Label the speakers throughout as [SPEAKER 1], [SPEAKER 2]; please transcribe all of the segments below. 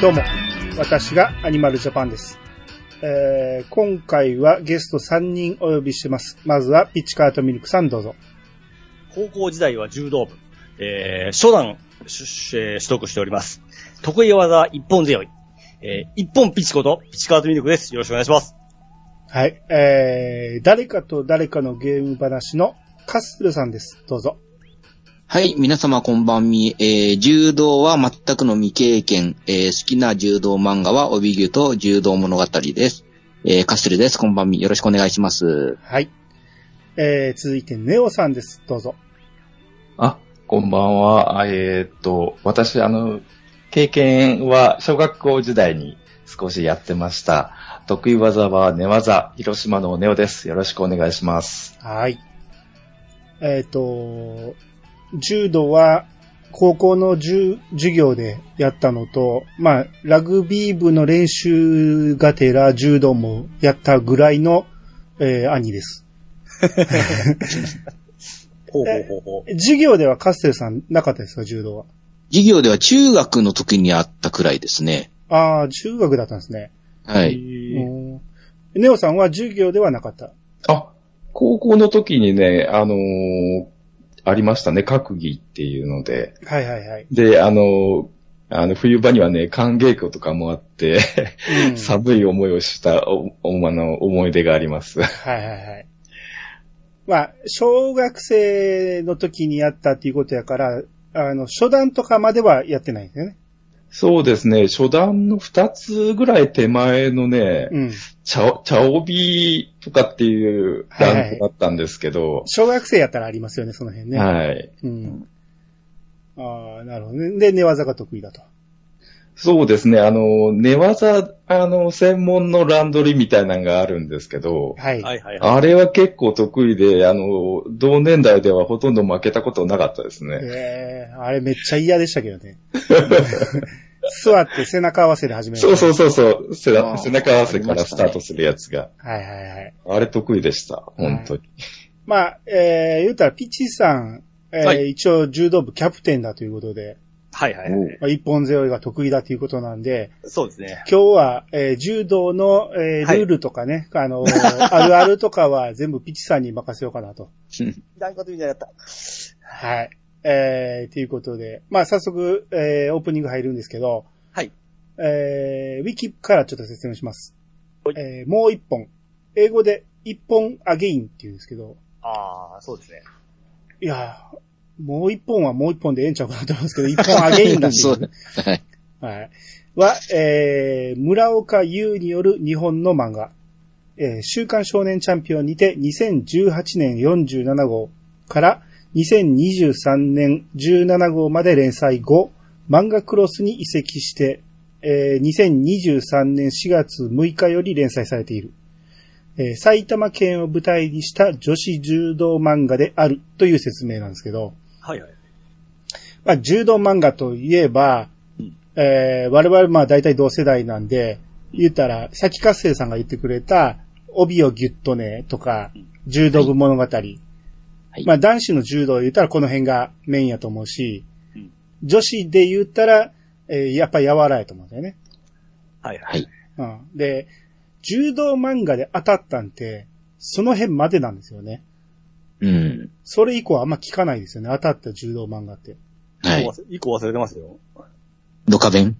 [SPEAKER 1] どうも、私がアニマルジャパンです。えー、今回はゲスト3人お呼びしてます。まずはピッチカートミルクさんどうぞ。
[SPEAKER 2] 高校時代は柔道部、えー、初段ししえー取得しております。得意技一本強い、えー、一本ピチこと、ピチカートミルクです。よろしくお願いします。
[SPEAKER 1] はい、えー、誰かと誰かのゲーム話のカッスルさんです。どうぞ。
[SPEAKER 3] はい、皆様こんばんみ。えー、柔道は全くの未経験。えー、好きな柔道漫画は帯牛と柔道物語です。えー、カステルです。こんばんみ。よろしくお願いします。
[SPEAKER 1] はい。えー、続いてネオさんです。どうぞ。
[SPEAKER 4] あ、こんばんは。あえーっと、私、あの、経験は小学校時代に少しやってました。得意技は寝技、広島のネオです。よろしくお願いします。
[SPEAKER 1] はい。えっ、と、柔道は高校の授授業でやったのと、まあ、ラグビー部の練習がてら柔道もやったぐらいの、えー兄です。
[SPEAKER 2] ほうほうほうほう。
[SPEAKER 1] 授業ではカッセルさんなかったですか、柔道は。
[SPEAKER 3] 授業では中学の時にあったくらいですね。
[SPEAKER 1] ああ、中学だったんですね。
[SPEAKER 3] は
[SPEAKER 2] え
[SPEAKER 3] い。
[SPEAKER 2] ー
[SPEAKER 1] うんネオさんは授業ではなかった。
[SPEAKER 4] あ、高校の時にね、あのーありましたね、閣議っていうので。
[SPEAKER 1] はいはいはい。
[SPEAKER 4] で、あのーあの、冬場にはね、寒稽古とかもあって、
[SPEAKER 1] うん
[SPEAKER 4] 寒い思いをしたおおあの思い出があります。
[SPEAKER 1] はいはいはい。まあ、小学生の時にやったっていうことやから、あの、初段とかまではやってないんですよね。
[SPEAKER 4] そうですね、初段の二つぐらい手前のね、
[SPEAKER 1] うん。
[SPEAKER 4] 茶お、茶帯とかっていうランクだったんですけど、
[SPEAKER 1] 小学生やったらありますよね、その辺ね。
[SPEAKER 4] はい。
[SPEAKER 1] うん。ああ、なるほどね。で、寝技が得意だと。
[SPEAKER 4] そうですね、あの、寝技、あの、専門のランドリーみたいなのがあるんですけど、
[SPEAKER 1] はい。
[SPEAKER 2] はいはいはい。
[SPEAKER 4] あれは結構得意で、あの、同年代ではほとんど負けたことなかったですね。
[SPEAKER 1] ええあれめっちゃ嫌でしたけどね。 座って背中合わせで始める。
[SPEAKER 4] そうそうそうそう、背
[SPEAKER 3] あー
[SPEAKER 4] 中背中合わせからスタートするやつが。
[SPEAKER 1] はいはいはい。
[SPEAKER 4] あれ得意でした、本当に。
[SPEAKER 1] まあ、えー、言うたら、ピチさん、えー
[SPEAKER 2] はい
[SPEAKER 1] 一応柔道部キャプテンだということで、
[SPEAKER 2] はいはいはい。
[SPEAKER 1] まあ一本背負いが得意だということなんで、
[SPEAKER 2] そうですね。
[SPEAKER 1] 今日は、えー柔道の、えー
[SPEAKER 2] はい
[SPEAKER 1] ルールとかね、あのー あるあるとかは全部ピチさんに任せようかなと。
[SPEAKER 2] 何かというんじゃなかっ
[SPEAKER 1] はい。えー、ということで、まあ、早速、えーオープニング入るんですけど、
[SPEAKER 2] はい。
[SPEAKER 1] えー、ウィキからちょっと説明します。
[SPEAKER 2] はい
[SPEAKER 1] えーもう一本。英語で、一本アゲインって言うんですけど、
[SPEAKER 2] た。ああ、そうですね。
[SPEAKER 1] いやー、もう一本はもう一本でええんちゃうかなと思うんですけど、一本アゲインだ し。
[SPEAKER 3] そう。はい。
[SPEAKER 1] はい。は、えー、村岡優による日本の漫画、えー週刊少年チャンピオンにて2018年47号から2023年17号まで連載後、漫画クロスに移籍して、えー2023年4月6日より連載されている、えー埼玉県を舞台にした女子柔道漫画であるという説明なんですけど、
[SPEAKER 2] はいはい。
[SPEAKER 1] まあ、柔道漫画といえば、
[SPEAKER 2] うん
[SPEAKER 1] えー我々まあ大体同世代なんで、言ったら、さきかっせいさんが言ってくれた、帯をギュッとね、とか
[SPEAKER 2] うん、
[SPEAKER 1] 柔道部物語。
[SPEAKER 3] い
[SPEAKER 1] まあ男子の柔道で言ったらこの辺がメインやと思うし、
[SPEAKER 2] うん
[SPEAKER 1] 女子で言ったら、えーやっぱ柔らいと思うんだよね。
[SPEAKER 2] はいはい。
[SPEAKER 3] はい。
[SPEAKER 1] うん。で、柔道漫画で当たったんって、その辺までなんですよね。
[SPEAKER 3] うん。
[SPEAKER 1] それ以降あんま聞かないですよね。当たった柔道漫画って。
[SPEAKER 3] は
[SPEAKER 2] 一個
[SPEAKER 3] い。
[SPEAKER 2] 忘れ一個忘れてますよ。
[SPEAKER 3] ドカベン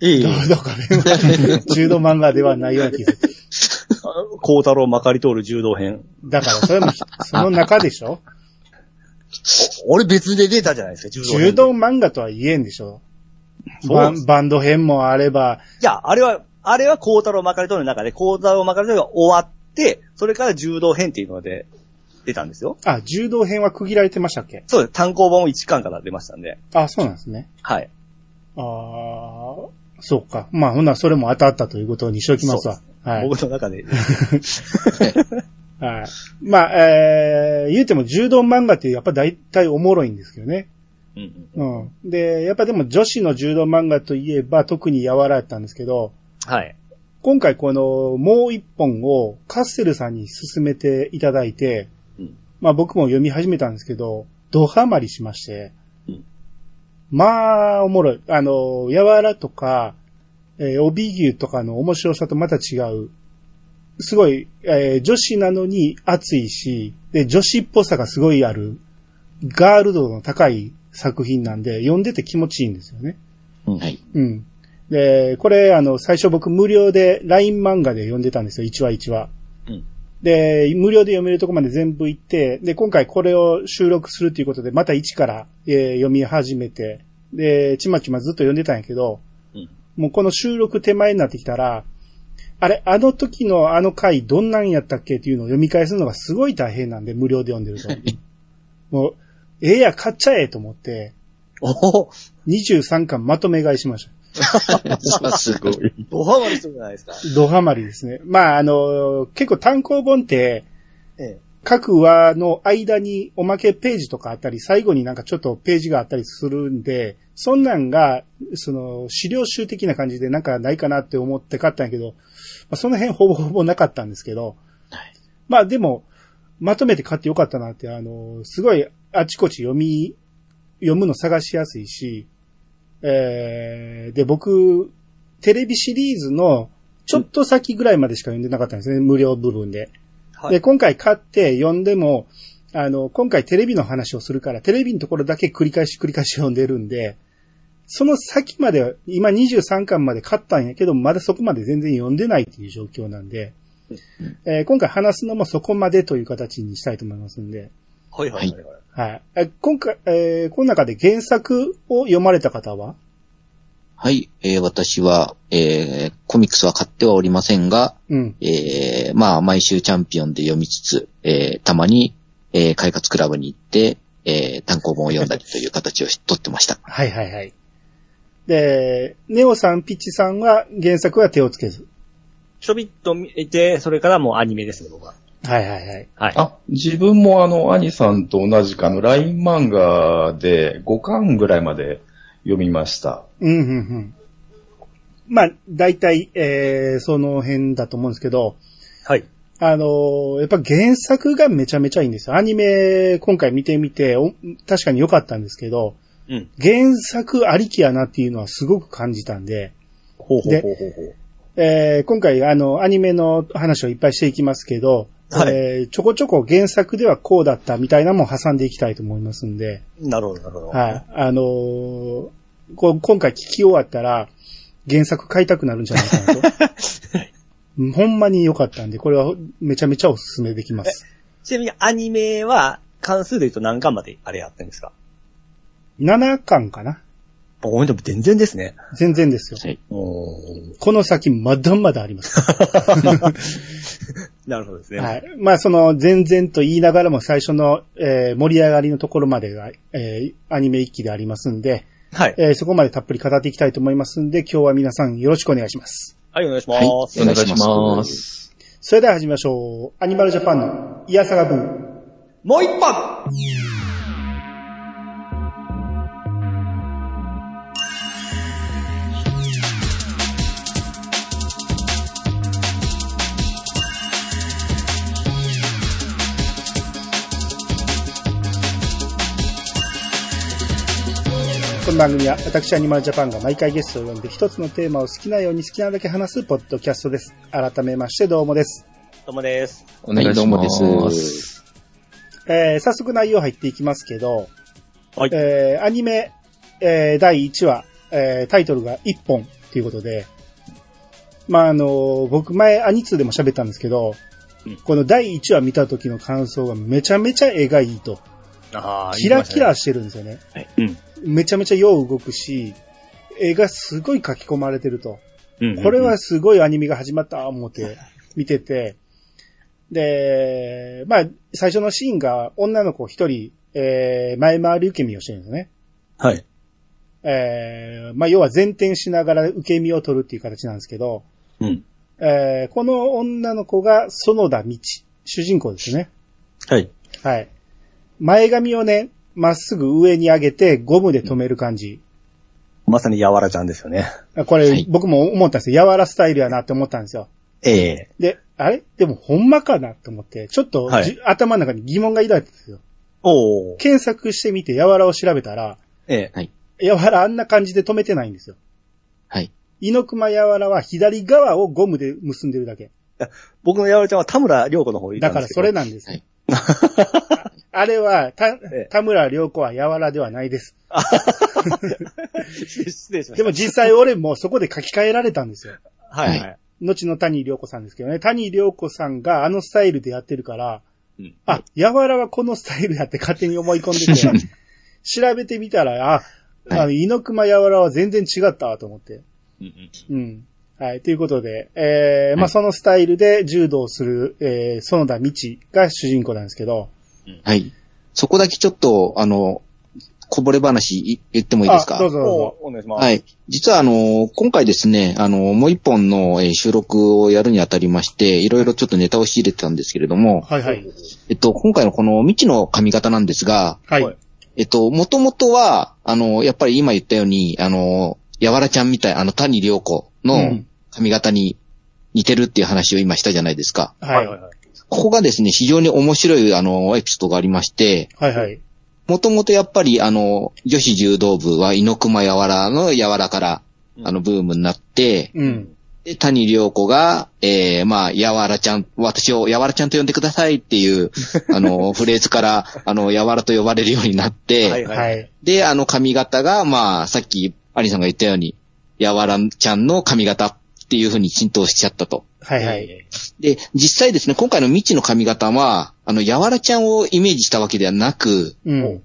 [SPEAKER 2] ええ
[SPEAKER 1] どうどうかね 柔道漫画ではないような気がする。
[SPEAKER 2] 孝太郎まかり通る柔道編。
[SPEAKER 1] だから、それ も、その中でしょ
[SPEAKER 2] 俺別で出たじゃないですか、柔道編。
[SPEAKER 1] 柔道漫画とは言えんでしょ
[SPEAKER 2] そう
[SPEAKER 1] バ
[SPEAKER 2] なんで
[SPEAKER 1] ン
[SPEAKER 2] す
[SPEAKER 1] バンド編もあれば、
[SPEAKER 2] いや、あれは、あれは孝太郎まかり通るの中で、孝太郎まかり通るが終わって、それから柔道編っていうので出たんですよ。
[SPEAKER 1] あ、柔道編は区切られてましたっけ
[SPEAKER 2] そうです。単行本を1巻から出ましたんで。
[SPEAKER 1] あ、そうなんですね。
[SPEAKER 2] はい。
[SPEAKER 1] あー、そうか。まあ、ほんならそれも当たったということにしておきますわ
[SPEAKER 2] そ。
[SPEAKER 1] はい。
[SPEAKER 2] 僕の 中で。
[SPEAKER 1] はい。まあ、えー、言うても柔道漫画ってやっぱ大体おもろいんですけどね。
[SPEAKER 2] うんうん
[SPEAKER 1] うん。で、やっぱでも女子の柔道漫画といえば特に柔られたんですけど、
[SPEAKER 2] はい。
[SPEAKER 1] 今回このもう一本をカッセルさんに進めていただいて、
[SPEAKER 2] うん
[SPEAKER 1] まあ僕も読み始めたんですけど、ドハマりしまして、
[SPEAKER 2] うん
[SPEAKER 1] まあおもろい。あの、柔らとか、えー帯牛とかの面白さとまた違う。すごい、えー女子なのに熱いし、で、女子っぽさがすごいある、ガール度の高い作品なんで、読んでて気持ちいいんですよね。
[SPEAKER 3] はい。
[SPEAKER 1] うん。で、これ、あの、最初僕無料で LINE 漫画で読んでたんですよ、1話1話。
[SPEAKER 2] うん
[SPEAKER 1] で、無料で読めるとこまで全部行って、で、今回これを収録するということで、また1から、えー読み始めて、で、ちまちまずっと読んでたんやけど、
[SPEAKER 2] うん
[SPEAKER 1] もうこの収録手前になってきたら、あれ、あの時のあの回どんなんやったっけっていうのを読み返すのがすごい大変なんで、無料で読んでる と。もう、ええや、買っちゃえと思って、
[SPEAKER 2] おお
[SPEAKER 1] 23巻まとめ買いしました。
[SPEAKER 3] すごい。
[SPEAKER 2] ドハマりするじゃないですか。
[SPEAKER 1] ドハマりですね。まあ、あの、結構単行本って、
[SPEAKER 2] ええ。
[SPEAKER 1] 各話の間におまけページとかあったり、最後になんかちょっとページがあったりするんで、そんなんが、その、資料集的な感じでなんかないかなって思って買ったんやけど、まあ、その辺ほぼほぼなかったんですけど、まあでも、まとめて買ってよかったなって、あの、すごいあちこち読み、読むの探しやすいし、えー、で、僕、テレビシリーズのちょっと先ぐらいまでしか読んでなかったんですね、無料部分で。
[SPEAKER 2] はい
[SPEAKER 1] で、今回買って読んでも、あの、今回テレビの話をするから、テレビのところだけ繰り返し繰り返し読んでるんで、その先まで、今23巻まで買ったんやけど、まだそこまで全然読んでないっていう状況なんで、えー今回話すのもそこまでという形にしたいと思いますんで、
[SPEAKER 2] はいはいはいはい。
[SPEAKER 1] はい。え今回、えーこの中で原作を読まれた方は
[SPEAKER 3] はい、えー私は、えーコミックスは買ってはおりませんが、
[SPEAKER 1] うん。
[SPEAKER 3] えーまあ、毎週チャンピオンで読みつつ、えーたまに、えー快活クラブに行って、えー単行本を読んだりという形をとってました。
[SPEAKER 1] はいはいはい。で、ネオさん、ピッチさんは原作は手をつけず。
[SPEAKER 2] ちょびっと見て、それからもうアニメですね、僕は。
[SPEAKER 1] はいはいはい。
[SPEAKER 2] はい。
[SPEAKER 4] あ、自分もあの、兄さんと同じかあの、LINE 漫画で5巻ぐらいまで読みました。
[SPEAKER 1] うん、うん、うん。まあ、大体、えー、その辺だと思うんですけど、
[SPEAKER 2] はい。
[SPEAKER 1] あのーやっぱ原作がめちゃめちゃいいんですよ。アニメ、今回見てみて、お確かに良かったんですけど、
[SPEAKER 2] うん。
[SPEAKER 1] 原作ありきやなっていうのはすごく感じたんで、
[SPEAKER 2] ほうほう
[SPEAKER 1] で
[SPEAKER 2] ほうほうほう。
[SPEAKER 1] えー今回、あの、アニメの話をいっぱいしていきますけど、
[SPEAKER 2] はい
[SPEAKER 1] えーちょこちょこ原作ではこうだったみたいなのも挟んでいきたいと思いますんで、
[SPEAKER 2] なるほど、なるほど。
[SPEAKER 1] はい。あのーこう今回聞き終わったら、原作買いたくなるんじゃないかなと。 ほんまに良かったんで、これはめちゃめちゃおすすめできます。
[SPEAKER 2] ちなみにアニメは、関数で言うと何巻まであれやってんですか
[SPEAKER 1] 7巻かな
[SPEAKER 2] 僕もでも全然ですね。
[SPEAKER 1] 全然ですよ。
[SPEAKER 3] はい。
[SPEAKER 2] お
[SPEAKER 1] この先まだまだあります。
[SPEAKER 2] なるほどですね。
[SPEAKER 1] はい。まあ、その、全然と言いながらも最初の、えー盛り上がりのところまでが、えーアニメ一期でありますんで、
[SPEAKER 2] はい。
[SPEAKER 1] えーそこまでたっぷり語っていきたいと思いますんで、今日は皆さんよろしくお願いします。
[SPEAKER 2] はい、お願いしま
[SPEAKER 3] は
[SPEAKER 2] す。
[SPEAKER 3] お願いします
[SPEAKER 4] す。
[SPEAKER 1] それでは始めましょう。アニマルジャパンのイヤサガブー。
[SPEAKER 2] もう一本
[SPEAKER 1] この番組は私アニマルジャパンが毎回ゲストを呼んで一つのテーマを好きなように好きなだけ話すポッドキャストです。改めましてどうもです。
[SPEAKER 2] どうもです。
[SPEAKER 4] お願いします。
[SPEAKER 3] はいどうもです。
[SPEAKER 1] えー、早速内容入っていきますけど、
[SPEAKER 2] はい
[SPEAKER 1] えー、アニメ、えー、第1話、えー、タイトルが1本っていうことで、まあ、あのー僕前アニツーでも喋ったんですけど、
[SPEAKER 2] うん
[SPEAKER 1] この第1話見た時の感想がめちゃめちゃ絵がいいと、
[SPEAKER 2] あ
[SPEAKER 1] キラキラ
[SPEAKER 2] し
[SPEAKER 1] してるんですよね。
[SPEAKER 2] て。うん。
[SPEAKER 1] めちゃめちゃよう動くし、絵がすごい書き込まれてると。
[SPEAKER 2] うん
[SPEAKER 1] これは、すごいアニメが始まった、思って、見てて。で、まあ、最初のシーンが女の子一人、えー、前回り受け身をしてるんですね。
[SPEAKER 2] はい。
[SPEAKER 1] えー、まあ、要は前転しながら受け身を取るっていう形なんですけど、
[SPEAKER 2] うん。
[SPEAKER 1] えー、この女の子が園田道、主人公ですね。
[SPEAKER 2] はい。
[SPEAKER 1] はい。前髪をね、まっすぐ上に上げてゴムで止める感じ。
[SPEAKER 2] まさにやわらちゃんですよね。
[SPEAKER 1] こ
[SPEAKER 3] は
[SPEAKER 1] れ
[SPEAKER 3] い
[SPEAKER 1] 僕も思ったんですよ。柔らスタイルやなって思ったんですよ。
[SPEAKER 2] ええ。
[SPEAKER 1] で、あれでもほんまかなと思って、ちょっとじ、
[SPEAKER 2] はい
[SPEAKER 1] 頭の中に疑問が抱いてたんですよ。
[SPEAKER 2] おー。
[SPEAKER 1] 検索してみて、柔らを調べたら、
[SPEAKER 2] ええ。
[SPEAKER 1] 柔らあんな感じで止めてないんですよ。
[SPEAKER 3] はい。
[SPEAKER 1] 猪熊柔らは左側をゴムで結んでるだけ。
[SPEAKER 2] 僕のやわらちゃんは田村良子の方いた
[SPEAKER 1] だ
[SPEAKER 2] ん
[SPEAKER 1] か
[SPEAKER 2] で
[SPEAKER 1] ら
[SPEAKER 2] すけ
[SPEAKER 1] そ
[SPEAKER 2] ど
[SPEAKER 1] れなんです。
[SPEAKER 3] はい
[SPEAKER 1] あれは、た
[SPEAKER 2] ええ、
[SPEAKER 1] 田村良子は柔らではないです。
[SPEAKER 2] 失礼し
[SPEAKER 1] で
[SPEAKER 2] ました。
[SPEAKER 1] も実際俺もそこで書き換えられたんですよ。
[SPEAKER 2] はいはい。
[SPEAKER 1] 後の谷良子さんですけどね。谷良子さんがあのスタイルでやってるから、
[SPEAKER 2] うん
[SPEAKER 1] あ、柔らはこのスタイルやって勝手に思い込んでて、調べてみたら、あ、あの、猪熊柔らは全然違ったわと思って。
[SPEAKER 2] うんうん
[SPEAKER 1] うん。はい。ということで、えー、ま
[SPEAKER 3] は
[SPEAKER 1] あ、
[SPEAKER 3] い
[SPEAKER 1] そのスタイルで柔道をする、えー、園田道が主人公なんですけど、
[SPEAKER 3] はい。そこだけちょっと、あの、こぼれ話い言ってもいいですか
[SPEAKER 1] あどうぞどうぞ。
[SPEAKER 2] おお願いします。
[SPEAKER 3] はい。実は、あの、今回ですね、あの、もう一本のえー収録をやるにあたりまして、いろいろちょっとネタを仕入れてたんですけれども、
[SPEAKER 1] はいはい。
[SPEAKER 3] えっと、今回のこの未知の髪型なんですが、
[SPEAKER 1] はい。
[SPEAKER 2] はい
[SPEAKER 3] えっと、もともとは、あの、やっぱり今言ったように、あの、やわらちゃんみたい、あの、谷良子
[SPEAKER 1] う
[SPEAKER 3] の
[SPEAKER 1] ん
[SPEAKER 3] 髪型に似てるっていう話を今したじゃないですか。
[SPEAKER 1] は
[SPEAKER 2] はい
[SPEAKER 1] い
[SPEAKER 2] はい。はい。
[SPEAKER 3] ここがですね、非常に面白い、あの、エピソードがありまして、
[SPEAKER 1] はいはい。
[SPEAKER 3] もともとやっぱり、あの、女子柔道部は猪熊柔らの柔らから、あの、ブームになって、
[SPEAKER 1] うん。
[SPEAKER 3] で、谷良子が、えー、まあ、やわらちゃん、私をやわらちゃんと呼んでくださいっていう、あ の、フレーズから、あの、やわらと呼ばれるようになって、
[SPEAKER 2] はい
[SPEAKER 1] は。
[SPEAKER 2] はい
[SPEAKER 3] で、あの髪型が、まあ、さっき、アリさんが言ったように、やわらちゃんの髪型っていう風に浸透しちゃったと。
[SPEAKER 1] はいは。
[SPEAKER 2] はいい。
[SPEAKER 3] で、実際ですね、今回の未知の髪型は、あの、やわらちゃんをイメージしたわけではなく、
[SPEAKER 1] うん。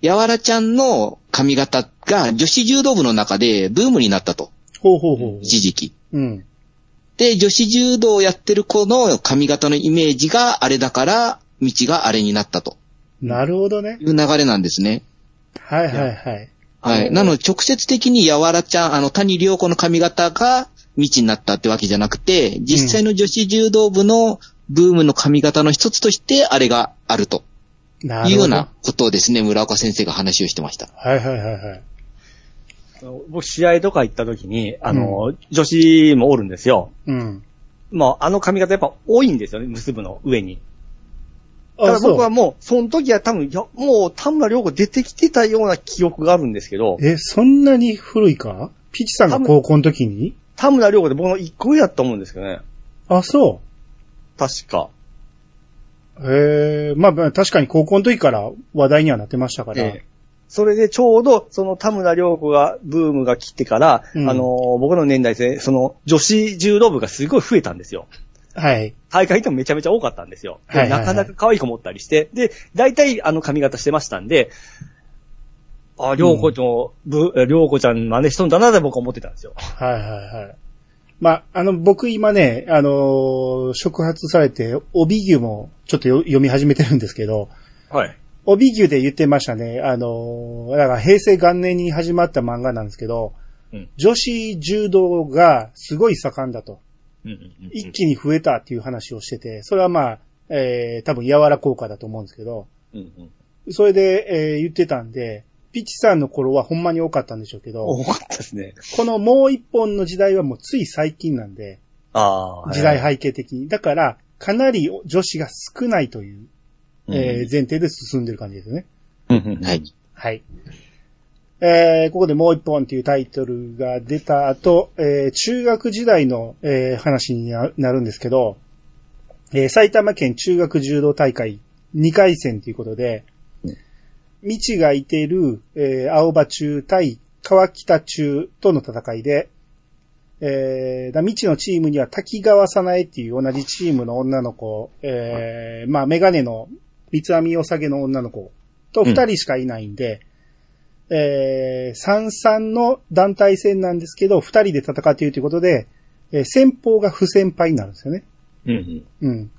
[SPEAKER 3] やわらちゃんの髪型が女子柔道部の中でブームになったと、
[SPEAKER 1] ほうほうほ
[SPEAKER 3] 一時期。
[SPEAKER 1] う。うん。
[SPEAKER 3] で、女子柔道をやってる子の髪型のイメージがあれだから、道があれになったと
[SPEAKER 1] なるほどね
[SPEAKER 3] い。う流れなんですね。
[SPEAKER 1] はいはいはい。
[SPEAKER 3] はい。なので、直接的に柔らちゃん、あの、谷良子の髪型が未知になったってわけじゃなくて、実際の女子柔道部のブームの髪型の一つとして、あれがあると
[SPEAKER 1] なるほど。
[SPEAKER 3] いうようなことをですね、村岡先生が話をしてました。
[SPEAKER 1] はいはいはいはい。
[SPEAKER 2] あの僕、試合とか行った時に、あの、女子もおるんですよ。
[SPEAKER 1] うん。
[SPEAKER 2] まあ、あの髪型やっぱ多いんですよね、結ぶの上に。だか
[SPEAKER 1] あ、
[SPEAKER 2] ら僕
[SPEAKER 1] そ
[SPEAKER 2] は
[SPEAKER 1] う。
[SPEAKER 2] もう、その時は多分、いや、もう田村良子出てきてたような記憶があるんですけど、
[SPEAKER 1] え、そんなに古いかピチさんが高校の時に
[SPEAKER 2] 田村良子って僕の一個上だと思うんですけどね。
[SPEAKER 1] あ、そ
[SPEAKER 2] 確か。
[SPEAKER 1] う。ええまあまあ確かに高校の時から話題にはなってましたから。
[SPEAKER 2] ええそれでちょうど、その田村良子が、ブームが来てから、
[SPEAKER 1] うん
[SPEAKER 2] あのー、僕の年代ですね、その女子柔道部がすごい増えたんですよ。
[SPEAKER 1] はい。
[SPEAKER 2] 大会行ってもめちゃめちゃ多かったんですよ。で
[SPEAKER 1] はいはいはい
[SPEAKER 2] なかなか可愛い子持ったりして、で、大体あの髪型してましたんで、あ、りょうこの、ぶ、りょうこちゃん真似しとんだなって僕は思ってたんですよ。
[SPEAKER 1] はいはいはい。まあ、あの、僕今ね、あのー触発されて、帯牛もちょっとよ読み始めてるんですけど、
[SPEAKER 2] はい。
[SPEAKER 1] 帯牛で言ってましたね。あのーだから平成元年に始まった漫画なんですけど、
[SPEAKER 2] うん
[SPEAKER 1] 女子柔道がすごい盛んだと。
[SPEAKER 2] うんうん
[SPEAKER 1] 一気に増えたっていう話をしてて、それはまあ、えー、多分柔ら効果だと思うんですけど、
[SPEAKER 2] うんうんうん。
[SPEAKER 1] それで、えー言ってたんで、ピチさんの頃はほんまに多かったんでしょうけど、
[SPEAKER 2] 多かったですね。
[SPEAKER 1] このもう一本の時代はもうつい最近なんで、
[SPEAKER 2] ああ。
[SPEAKER 1] 時代背景的に。だから、かなり女子が少ないという、えー前提で進んでる感じですよね。
[SPEAKER 2] うんうん
[SPEAKER 3] はい。
[SPEAKER 1] はい。えー、ここでもう一本というタイトルが出た後、えー、中学時代の、えー話にななるんですけど、えー埼玉県中学柔道大会2回戦ということで、未知がいている、えー青葉中対川北中との戦いで、えー、だ未知のチームには滝川さなえっていう同じチームの女の子、えー、まあメガネの三つ編みお下げの女の子と二人しかいないんで、えー、三三の団体戦なんですけど、二人で戦っているということで、えー先方が不先輩になるんですよね。
[SPEAKER 2] うんうん。
[SPEAKER 1] うん。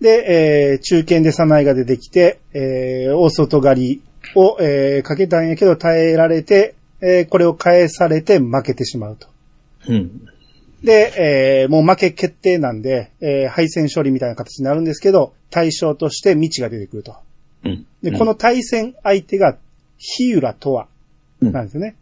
[SPEAKER 1] で、えー、中堅でサナイが出てきて、えー、大外刈りを、えー、かけたんやけど耐えられて、えー、これを返されて負けてしまうと。
[SPEAKER 2] うん。
[SPEAKER 1] で、えー、もう負け決定なんで、えー、敗戦処理みたいな形になるんですけど、対象として未知が出てくると。
[SPEAKER 2] うん。
[SPEAKER 1] で、この対戦相手が、日浦とは、なんですよね。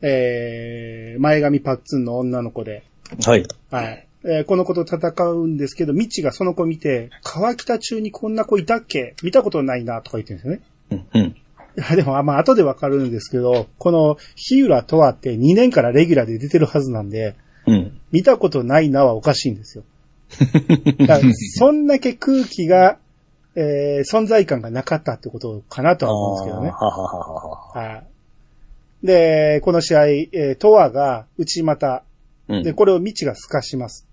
[SPEAKER 1] えー、前髪パッツンの女の子で、
[SPEAKER 2] はい。
[SPEAKER 1] はい。えーこの子と戦うんですけど、未知がその子見て、川北中にこんな子いたっけ見たことないな、とか言ってるんですよね。
[SPEAKER 2] うんうん。
[SPEAKER 1] いや、でも、あまあ、後でわかるんですけど、この、日浦とはって2年からレギュラーで出てるはずなんで、
[SPEAKER 3] うん。
[SPEAKER 1] 見たことないなはおかしいん ですよ。だからそんだけ空気が、えー存在感がなかったってことかなとは思うんですけどね。
[SPEAKER 2] あーはははは
[SPEAKER 1] はい。で、この試合、えー、トアが内股。
[SPEAKER 3] うん
[SPEAKER 1] で、これを未知が透かします。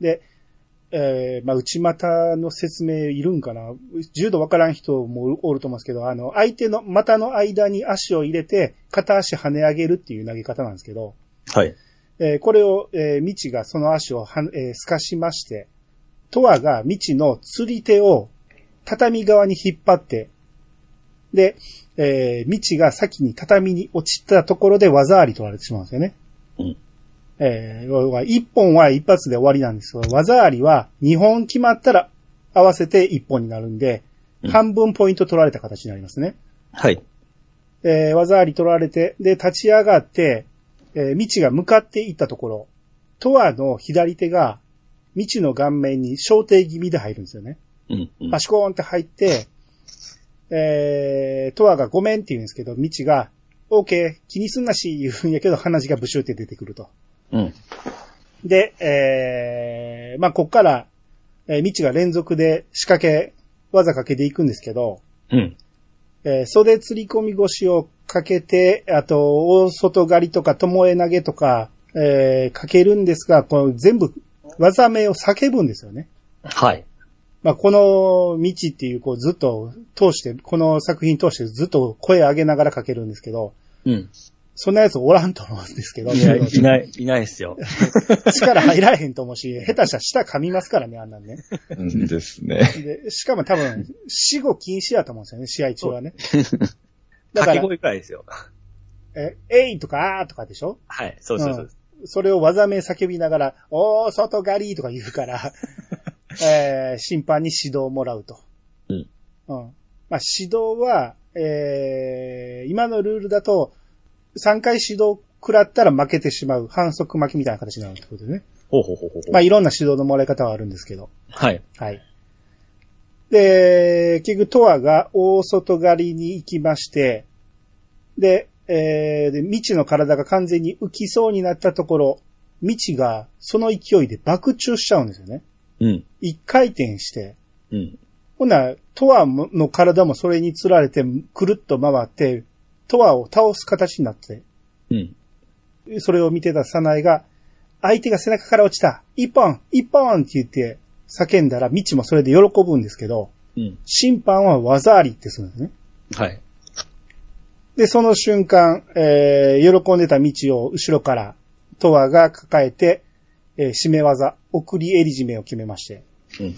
[SPEAKER 1] で、えーまあ、内股の説明いるんかな柔道わからん人もおると思うんですけど、あの、相手の股の間に足を入れて、片足跳ね上げるっていう投げ方なんですけど、
[SPEAKER 2] はい。
[SPEAKER 1] えーこれを、えー、未知がその足をは、えー透かしまして、トアが未知の釣り手を畳側に引っ張って、で、えー、未知が先に畳に落ちたところで技あり取られてしまうんですよね。
[SPEAKER 2] うん
[SPEAKER 1] えー要は一本は一発で終わりなんですけど、技ありは二本決まったら合わせて一本になるんで、
[SPEAKER 2] うん
[SPEAKER 1] 半分ポイント取られた形になりますね。
[SPEAKER 2] はい。
[SPEAKER 1] えー技あり取られて、で、立ち上がって、えー未知が向かっていったところ、トアの左手が、未知の顔面に焦点気味で入るんですよね。
[SPEAKER 2] うん。うん
[SPEAKER 1] バシコーンって入って、えー、トアがごめんって言うんですけど、未知が、オーケー、気にすんなし、言うんやけど、鼻血がブシューって出てくると。
[SPEAKER 2] うん。
[SPEAKER 1] で、えー、まあ、こっから、えー未知が連続で仕掛け、技かけていくんですけど、
[SPEAKER 2] うん。
[SPEAKER 1] えー袖釣り込み腰をかけて、あと、大外刈りとか、巴投げとか、えーかけるんですが、この全部、技名を叫ぶんですよね。
[SPEAKER 2] はい。
[SPEAKER 1] まあ、この道っていう、こう、ずっと通して、この作品通してずっと声上げながらかけるんですけど、
[SPEAKER 2] うん。
[SPEAKER 1] そんなやつおらんと思うんですけど、
[SPEAKER 2] いない、いない、いないですよ。
[SPEAKER 1] 力入らへんと思うし、下手したら舌噛みますからね、あんなんね。
[SPEAKER 4] うんです ね。
[SPEAKER 1] でしかも多分、死後禁止だと思うんですよね、試合中は ね。だ
[SPEAKER 2] 掛
[SPEAKER 1] か
[SPEAKER 2] け
[SPEAKER 1] ら、
[SPEAKER 2] 声くらいですよ。
[SPEAKER 1] え、えいとか、あーとかでしょ
[SPEAKER 2] はい。そうそうそう。
[SPEAKER 1] それを技名叫びながら、おー、外狩りとか言う から、えー、審判に指導をもらうと。
[SPEAKER 2] うん。
[SPEAKER 1] うん。まあ、指導は、えー、今のルールだと、3回指導食らったら負けてしまう、反則負けみたいな形になるってことでね。
[SPEAKER 2] ほうほうほうほうほう。
[SPEAKER 1] まあ、いろんな指導のもらい方はあるんですけど。
[SPEAKER 2] はい。
[SPEAKER 1] はい。で、結局、トアが大外刈りに行きまして、で、えーで未知の体が完全に浮きそうになったところ、未知がその勢いで爆中しちゃうんですよね。
[SPEAKER 2] うん。
[SPEAKER 1] 一回転して、
[SPEAKER 2] うん。
[SPEAKER 1] ほな、トアの体もそれにつられて、くるっと回って、トアを倒す形になって、
[SPEAKER 2] うん。
[SPEAKER 1] それを見てたサナエが、相手が背中から落ちた一本一本って言って叫んだら、未知もそれで喜ぶんですけど、
[SPEAKER 2] うん。
[SPEAKER 1] 審判は技ありってするんですね。
[SPEAKER 2] はい。
[SPEAKER 1] で、その瞬間、えー、喜んでた道を後ろから、トアが抱えて、えー締め技、送り襟締めを決めまして、
[SPEAKER 2] うん。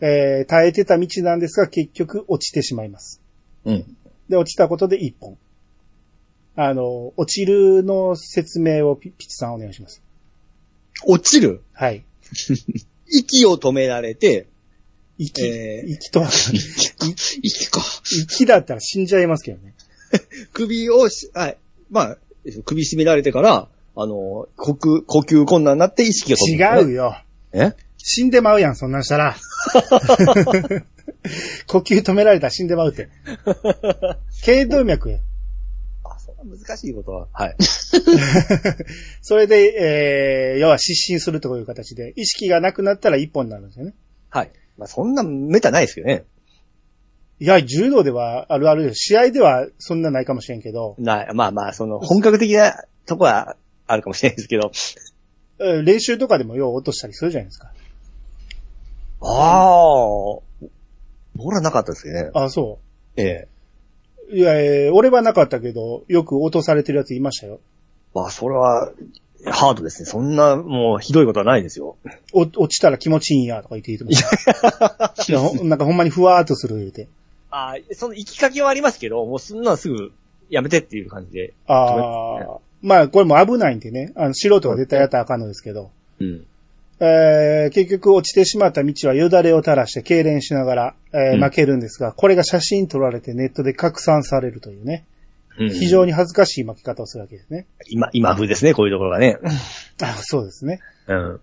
[SPEAKER 1] えー、耐えてた道なんですが、結局落ちてしまいます。
[SPEAKER 2] うん。
[SPEAKER 1] で、落ちたことで一本。あの、落ちるの説明をピピッチさんお願いします。
[SPEAKER 5] 落ちる。
[SPEAKER 1] はい。
[SPEAKER 5] 息を止められて、
[SPEAKER 1] 息、
[SPEAKER 5] えー
[SPEAKER 1] 息とは、
[SPEAKER 3] 息か。。
[SPEAKER 1] 息だったら死んじゃいますけどね。
[SPEAKER 5] 首をし、はい。まあ、首絞められてから、あの、呼吸、呼吸困難になって意識が飛ぶ、
[SPEAKER 1] 違う
[SPEAKER 5] う。
[SPEAKER 1] よ。
[SPEAKER 5] え
[SPEAKER 1] 死んでまうやん、そんなんし たら。呼吸止められたら死んでまうって。頸動脈や。
[SPEAKER 5] あ、そんな難しいことは。はい。
[SPEAKER 1] それで、えー、要は失神するという形で、意識がなくなったら一本になるんですよね。
[SPEAKER 5] はい。まあ、そんなめたないですけどね。
[SPEAKER 1] いや、柔道ではあるあるよ試合ではそんなないかもしれんけど、
[SPEAKER 5] ない。まあまあ、その、本格的なとこはあるかもしれないですけど。
[SPEAKER 1] えー練習とかでもよう落としたりするじゃないですか。
[SPEAKER 5] ああ、僕らなかったですよね。
[SPEAKER 1] あ、そ
[SPEAKER 5] ええ。
[SPEAKER 1] う。いや、えー俺はなかったけど、よく落とされてるやついましたよ。
[SPEAKER 5] まあ、それは、ハードですね。そんな、もう、ひどいことはないですよ。
[SPEAKER 1] お落ちたら気持ちいいんや、とか言って言ってました。いやほんなんかほんまにふわーっとする言うて。
[SPEAKER 2] ああ、その行きかけはありますけど、もうそんなんすぐやめてっていう感じで。
[SPEAKER 1] ああ。まあ、これも危ないんでね。あの、素人は絶対やったらあかんのですけど。
[SPEAKER 2] うん。
[SPEAKER 1] えー、結局落ちてしまった道はよだれを垂らして痙攣しながら、えー
[SPEAKER 2] うん
[SPEAKER 1] 負けるんですが、これが写真撮られてネットで拡散されるというね。
[SPEAKER 2] うん
[SPEAKER 1] 非常に恥ずかしい負け方をするわけですね。
[SPEAKER 5] 今、今風ですね、こういうところがね。
[SPEAKER 1] あそうですね。
[SPEAKER 5] うん。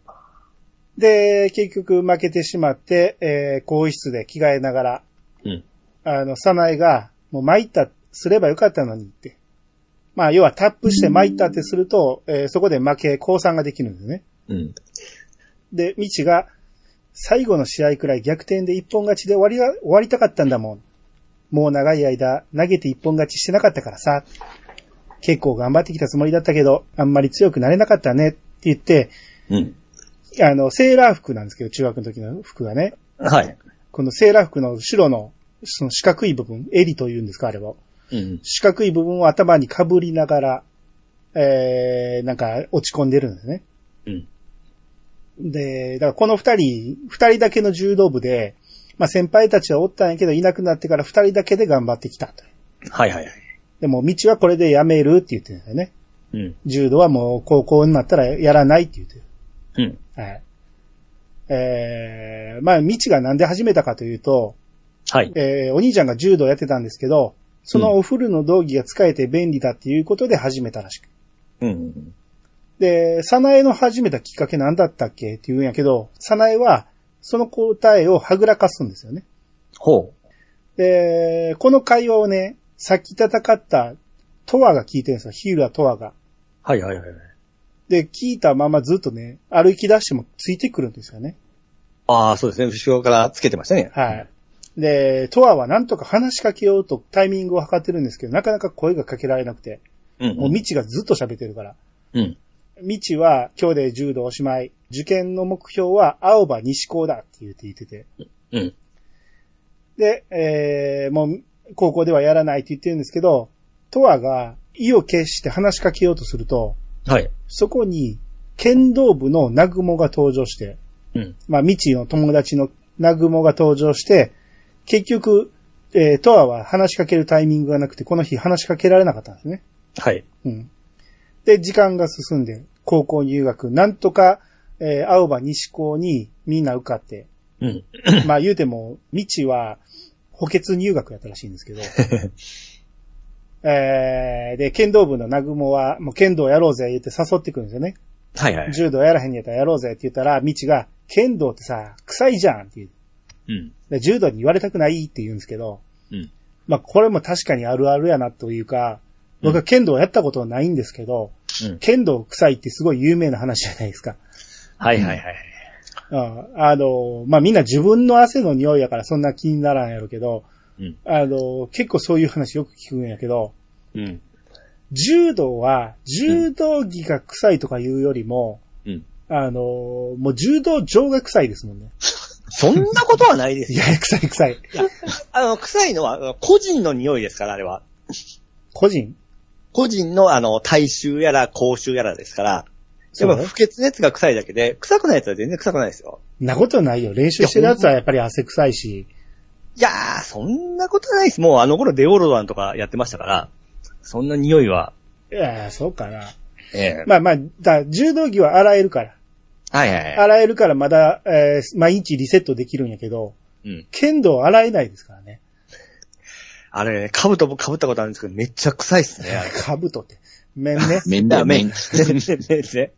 [SPEAKER 1] で、結局負けてしまって、えー、更衣室で着替えながら、
[SPEAKER 2] うん
[SPEAKER 1] あの、サナエが、もう参った、すればよかったのにって。まあ、要はタップして参ったってすると、えーそこで負け、降参ができるんですね。
[SPEAKER 4] うん。
[SPEAKER 1] で、ミチが、最後の試合くらい逆転で一本勝ちで終わりが、終わりたかったんだもん。もう長い間、投げて一本勝ちしてなかったからさ。結構頑張ってきたつもりだったけど、あんまり強くなれなかったねって言って、
[SPEAKER 4] うん。
[SPEAKER 1] あの、セーラー服なんですけど、中学の時の服がね。
[SPEAKER 2] はい。
[SPEAKER 1] このセーラー服の後ろの、その四角い部分、襟というんですか、あれは。
[SPEAKER 4] うん。
[SPEAKER 1] 四角い部分を頭に被りながら、えー、なんか落ち込んでるんですね。
[SPEAKER 4] うん。
[SPEAKER 1] で、だからこの二人、二人だけの柔道部で、まあ先輩たちはおったんやけどいなくなってから二人だけで頑張ってきたと。
[SPEAKER 2] はいはいはい。
[SPEAKER 1] でも、道はこれでやめるって言ってるんだよね。
[SPEAKER 2] うん。
[SPEAKER 1] 柔道はもう高校になったらやらないって言ってる。
[SPEAKER 2] うん。
[SPEAKER 1] はい。えー、まあ、道がなんで始めたかというと、
[SPEAKER 2] はい。
[SPEAKER 1] えーお兄ちゃんが柔道やってたんですけど、そのお古の道着が使えて便利だっていうことで始めたらしく。
[SPEAKER 4] うん。
[SPEAKER 1] で、サナエの始めたきっかけなんだったっけって言うんやけど、サナエはその答えをはぐらかすんですよね。
[SPEAKER 2] ほ
[SPEAKER 1] で、この会話をね、さっき戦ったトワが聞いてるんですよ。ヒーラートワが。
[SPEAKER 2] う。はいはいはいはい。
[SPEAKER 1] で、聞いたままずっとね、歩き出してもついてくるんですよね。
[SPEAKER 2] ああ、そうですね。後ろからつけてましたね。
[SPEAKER 1] はい。で、トワはなんとか話しかけようとタイミングを図ってるんですけど、なかなか声がかけられなくて。
[SPEAKER 4] うん
[SPEAKER 1] もう、未知がずっと喋ってるから。
[SPEAKER 4] うん。
[SPEAKER 1] 未知は、今日で柔道おしまい。受験の目標は、青葉西高だって言って言ってて。
[SPEAKER 4] うん。
[SPEAKER 1] で、えー、もう、高校ではやらないって言ってるんですけど、トアが意を決して話しかけようとすると、
[SPEAKER 2] はい。
[SPEAKER 1] そこに、剣道部の南雲が登場して、
[SPEAKER 4] うん
[SPEAKER 1] まあ、未知の友達の南雲が登場して、結局、えー、トアは話しかけるタイミングがなくて、この日話しかけられなかったんですね。
[SPEAKER 2] はい。
[SPEAKER 1] うん。で、時間が進んで、高校入学、なんとか、えー青葉西高にみんな受かって、
[SPEAKER 4] うん。
[SPEAKER 1] まあ言うても、未知は補欠入学やったらしいんですけど、 えー、で、剣道部の南雲は、もう剣道やろうぜ、言って誘ってくるんですよね。
[SPEAKER 4] はいはい。
[SPEAKER 1] 柔道やらへんやったらやろうぜって言ったら、未知が、剣道ってさ、臭いじゃんって言う。
[SPEAKER 4] うん。
[SPEAKER 1] で柔道に言われたくないって言うんですけど、
[SPEAKER 4] うん
[SPEAKER 1] まあこれも確かにあるあるやなというか、僕は剣道やったことはないんですけど、
[SPEAKER 4] うん
[SPEAKER 1] 剣道臭いってすごい有名な話じゃないですか。
[SPEAKER 2] はいはいはい。
[SPEAKER 1] ああの、まあみんな自分の汗の匂いやからそんな気にならんやろうけど、
[SPEAKER 4] うん
[SPEAKER 1] あの、結構そういう話よく聞くんやけど、
[SPEAKER 2] うん。
[SPEAKER 1] 柔道は柔道着が臭いとか言うよりも、
[SPEAKER 4] うん
[SPEAKER 1] あの、もう柔道場が臭いですもんね。
[SPEAKER 2] そんなことはないです
[SPEAKER 1] い
[SPEAKER 2] よ。
[SPEAKER 1] や、臭い臭い。
[SPEAKER 2] あの、臭いのは、あの個人の匂いですから、あれは。
[SPEAKER 1] 個人
[SPEAKER 2] 個人の、あの、体臭やら、口臭やらですから。
[SPEAKER 1] そ
[SPEAKER 2] や
[SPEAKER 1] う
[SPEAKER 2] っぱ不潔なやつが臭いだけで、臭くないやつは全然臭くないですよ。
[SPEAKER 1] なことないよ。練習してるやつはやっぱり汗臭いし。
[SPEAKER 2] いやー、そんなことないです。もうあの頃デオロダンとかやってましたから、そんな匂いは。
[SPEAKER 1] いやーそうかな。
[SPEAKER 4] ええ。
[SPEAKER 1] まあまあ、だ柔道着は洗えるから。
[SPEAKER 4] はいはいはい。
[SPEAKER 1] 洗えるからまだ、えー毎日リセットできるんやけど、
[SPEAKER 4] うん。
[SPEAKER 1] 剣道は洗えないですからね。
[SPEAKER 2] あれ、カブトも被ったことあるんですけど、めっちゃ臭いっすね。あ れ
[SPEAKER 1] かぶとって。面ね
[SPEAKER 3] 面だよ、面。
[SPEAKER 2] 全然ですね。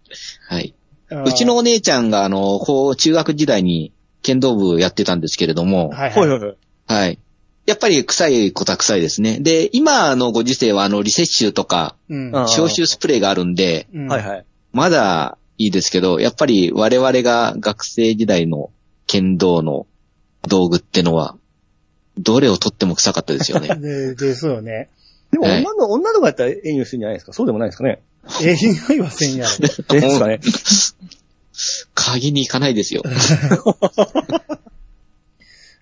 [SPEAKER 3] はい。
[SPEAKER 1] あー
[SPEAKER 3] うちのお姉ちゃんが、あの、こう、中学時代に剣道部やってたんですけれども、
[SPEAKER 1] はい、
[SPEAKER 2] ほい
[SPEAKER 1] はい。
[SPEAKER 2] ほいほい。
[SPEAKER 3] はい。やっぱり臭いことは臭いですね。で、今のご時世は、あの、リセッシュとか、
[SPEAKER 1] うん。
[SPEAKER 2] あー
[SPEAKER 3] 消臭スプレーがあるんで、
[SPEAKER 1] うん。
[SPEAKER 2] はいはい。
[SPEAKER 3] まだいいですけど、やっぱり我々が学生時代の剣道の道具ってのは、どれを取っても臭かったですよね
[SPEAKER 1] で、ですよね。
[SPEAKER 2] でも
[SPEAKER 3] はい
[SPEAKER 2] 女の、女の子やったら演技するんじゃないですかそうでもないですかね
[SPEAKER 1] ええ匂いはせんやろ。
[SPEAKER 2] ですかね
[SPEAKER 3] 鍵に行かないですよ。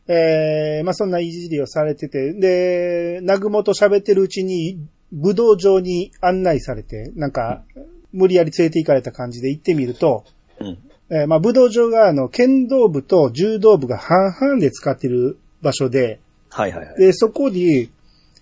[SPEAKER 1] えー、まあそんないじりをされてて、で、南雲と喋ってるうちに、武道場に案内されて、なんか、無理やり連れて行かれた感じで行ってみると、
[SPEAKER 4] うん
[SPEAKER 1] えーまあ武道場があの、剣道部と柔道部が半々で使ってる場所で、
[SPEAKER 2] はいはいはい。
[SPEAKER 1] で、そこに、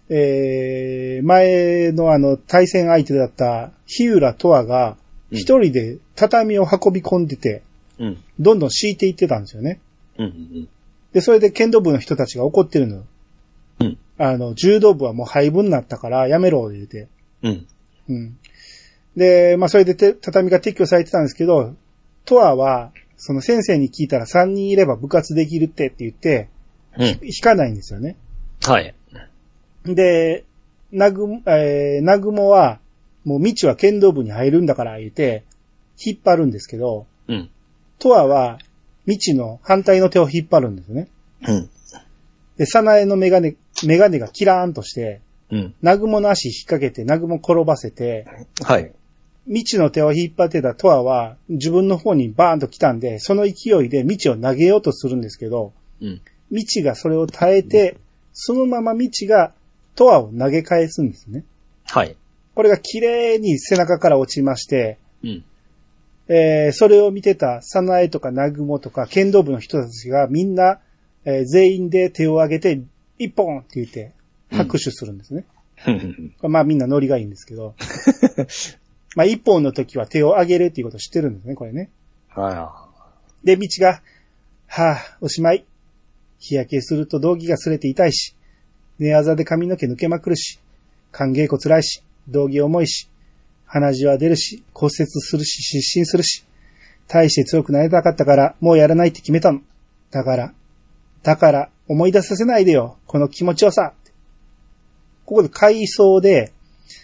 [SPEAKER 1] えー、前のあの、対戦相手だった日浦とわが、
[SPEAKER 4] うん
[SPEAKER 1] 一人で畳を運び込んでて、
[SPEAKER 4] うん。
[SPEAKER 1] どんどん敷いていってたんですよね。
[SPEAKER 4] うんうん。
[SPEAKER 1] で、それで剣道部の人たちが怒ってるのよ。
[SPEAKER 4] うん
[SPEAKER 1] あの、柔道部はもう廃部になったからやめろ、言うて。
[SPEAKER 4] うん。
[SPEAKER 1] うん。で、まあ、それでて畳が撤去されてたんですけど、トアは、その先生に聞いたら3人いれば部活できるってって言って、
[SPEAKER 4] うん。
[SPEAKER 1] 引かないんですよね。
[SPEAKER 4] はい。
[SPEAKER 1] で、南雲、えー、南雲は、もう未知は剣道部に入るんだから言って、引っ張るんですけど、
[SPEAKER 2] うん。
[SPEAKER 1] トアは、未知の反対の手を引っ張るんですよね。
[SPEAKER 2] うん。
[SPEAKER 1] で、サナエのメガネ、メガネがキラーンとして、
[SPEAKER 2] うん。
[SPEAKER 1] ナグモの足引っ掛けて、ナグモ転ばせて、
[SPEAKER 2] はい。
[SPEAKER 1] 未知の手を引っ張ってたトアは、自分の方にバーンと来たんで、その勢いで未知を投げようとするんですけど、
[SPEAKER 2] うん。
[SPEAKER 1] 未知がそれを耐えて、そのまま未知がトアを投げ返すんですね。
[SPEAKER 2] はい。
[SPEAKER 1] これが綺麗に背中から落ちまして、
[SPEAKER 2] うん。
[SPEAKER 1] えーそれを見てたサナエとかナグモとか剣道部の人たちがみんな、えー全員で手を挙げて、一本って言って拍手するんですね。まあみんなノリがいいんですけど。まあ一本の時は手を挙げるっていうことを知ってるんですね、これね。
[SPEAKER 2] は
[SPEAKER 1] で、道が、はぁ、おしまい。日焼けすると道着が擦れて痛いし、寝技で髪の毛抜けまくるし、寒稽古辛いし、道着重いし、鼻血は出るし、骨折するし、失神するし、大して強くなれなかったから、もうやらないって決めたの。だから、だから、思い出させないでよ、この気持ちをさ。ここで回想で、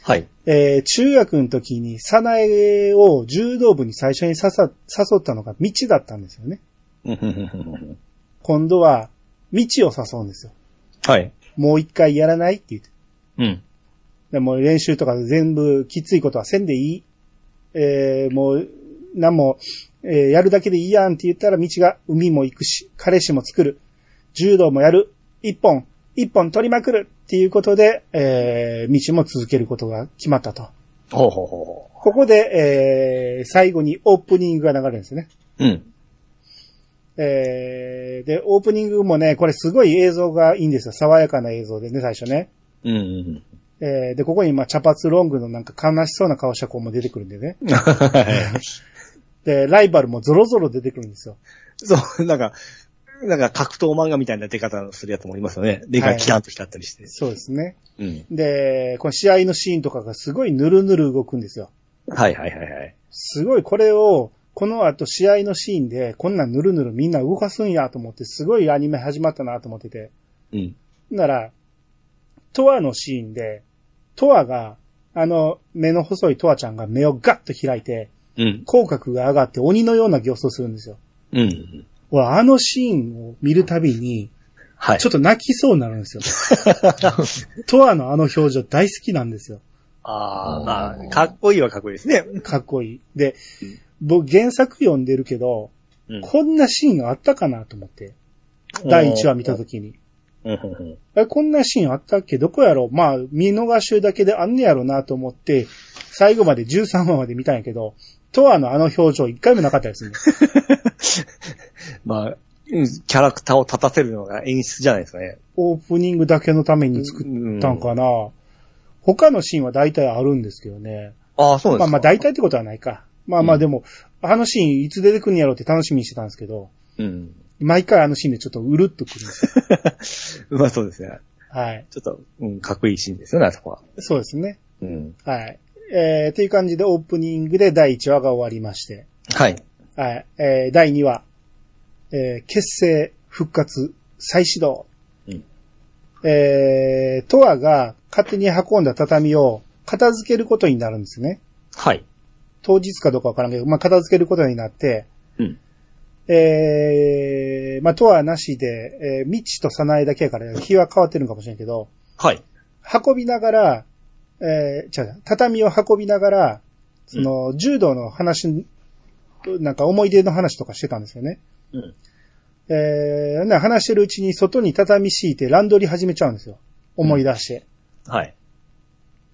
[SPEAKER 2] はい。
[SPEAKER 1] えー中学の時に、サナエを柔道部に最初に刺さ、誘ったのが道だったんですよね。今度は、道を誘うんですよ。
[SPEAKER 2] はい。
[SPEAKER 1] もう一回やらないって言って。
[SPEAKER 2] うん。
[SPEAKER 1] でもう練習とか全部きついことはせんでいい。えー、もう、なんも、えーやるだけでいいやんって言ったら道が海も行くし、彼氏も作る。柔道もやる。一本、一本取りまくるっていうことで、えー、道も続けることが決まったと。
[SPEAKER 2] ほうほうほ
[SPEAKER 1] ここで、えー、最後にオープニングが流れるんですね。
[SPEAKER 2] う。うん。
[SPEAKER 1] えー、で、オープニングもね、これすごい映像がいいんですよ。爽やかな映像でね、最初ね。
[SPEAKER 2] うん。
[SPEAKER 1] えー、で、ここに、まあ、茶髪ロングのなんか悲しそうな顔した子も出てくるんでね。で、ライバルもゾロゾロ出てくるんですよ。
[SPEAKER 2] そう、なんか、なんか格闘漫画みたいな出方するやつもいますよね。目がキランと光ったりして。
[SPEAKER 1] そうですね。
[SPEAKER 2] うん。
[SPEAKER 1] で、この試合のシーンとかがすごいぬるぬる動くんですよ。
[SPEAKER 2] はいはいはいはい。
[SPEAKER 1] すごいこれを、この後試合のシーンで、こんなんぬるぬるみんな動かすんやと思って、すごいアニメ始まったなと思ってて。
[SPEAKER 2] うん。
[SPEAKER 1] なら、トアのシーンで、トアが、あの、目の細いトアちゃんが目をガッと開いて、
[SPEAKER 2] うん。
[SPEAKER 1] 口角が上がって鬼のような形相するんですよ。
[SPEAKER 2] うん。
[SPEAKER 1] 俺、あのシーンを見るたびに、
[SPEAKER 2] はい。
[SPEAKER 1] ちょっと泣きそうになるん ですよ。トアのあの表情大好きなんですよ。
[SPEAKER 2] ああ、
[SPEAKER 4] うん
[SPEAKER 2] まあ、かっこいいはかっこいいですね。
[SPEAKER 1] かっこいい。で、僕原作読んでるけど、
[SPEAKER 2] うん
[SPEAKER 1] こんなシーンあったかなと思って、第1話見たときに。
[SPEAKER 2] うんうん
[SPEAKER 1] あれこんなシーンあったっけどこやろまあ、見逃しだけであんねやろなと思って、最後まで13話まで見たんやけど、トアのあの表情一回もなかった ですね。
[SPEAKER 2] まあ、うんキャラクターを立たせるのが演出じゃないですかね。
[SPEAKER 1] オープニングだけのために作ったんかな、他のシーンは大体あるんですけどね。
[SPEAKER 2] ああ、そうなん
[SPEAKER 1] ま
[SPEAKER 2] で
[SPEAKER 1] あま
[SPEAKER 2] すか。
[SPEAKER 1] あ大体ってことはないか。まあまあでも、あのシーンいつ出てくるんやろって楽しみにしてたんですけど、
[SPEAKER 2] うん。
[SPEAKER 1] 毎回あのシーンでちょっとうるっとくる んですよ。
[SPEAKER 2] まあそうですね。
[SPEAKER 1] はい。
[SPEAKER 2] ちょっと、うん、かっこいいシーンですよね、あそこは。
[SPEAKER 1] そうですね。
[SPEAKER 2] うん。
[SPEAKER 1] はい。えー、という感じでオープニングで第1話が終わりまして。
[SPEAKER 2] はい。
[SPEAKER 1] はい。えー第2話、えー結成、復活、再始動。
[SPEAKER 2] うん
[SPEAKER 1] えー、トアが勝手に運んだ畳を片付けることになるんですね。
[SPEAKER 2] はい。
[SPEAKER 1] 当日かどうかわからんけど、まあ、片付けることになって、
[SPEAKER 2] うん
[SPEAKER 1] えー、まあ、トアなしで、えー、未知とサナエだけやから、日は変わってるのかもしれんけど、
[SPEAKER 2] はい。
[SPEAKER 1] 運びながら、えー、違う、畳を運びながら、その、柔道の話、なんか思い出の話とかしてたんですよね。
[SPEAKER 2] うん
[SPEAKER 1] えー、な話してるうちに外に畳敷いてランドリー始めちゃうんですよ。思い出して。
[SPEAKER 2] はい。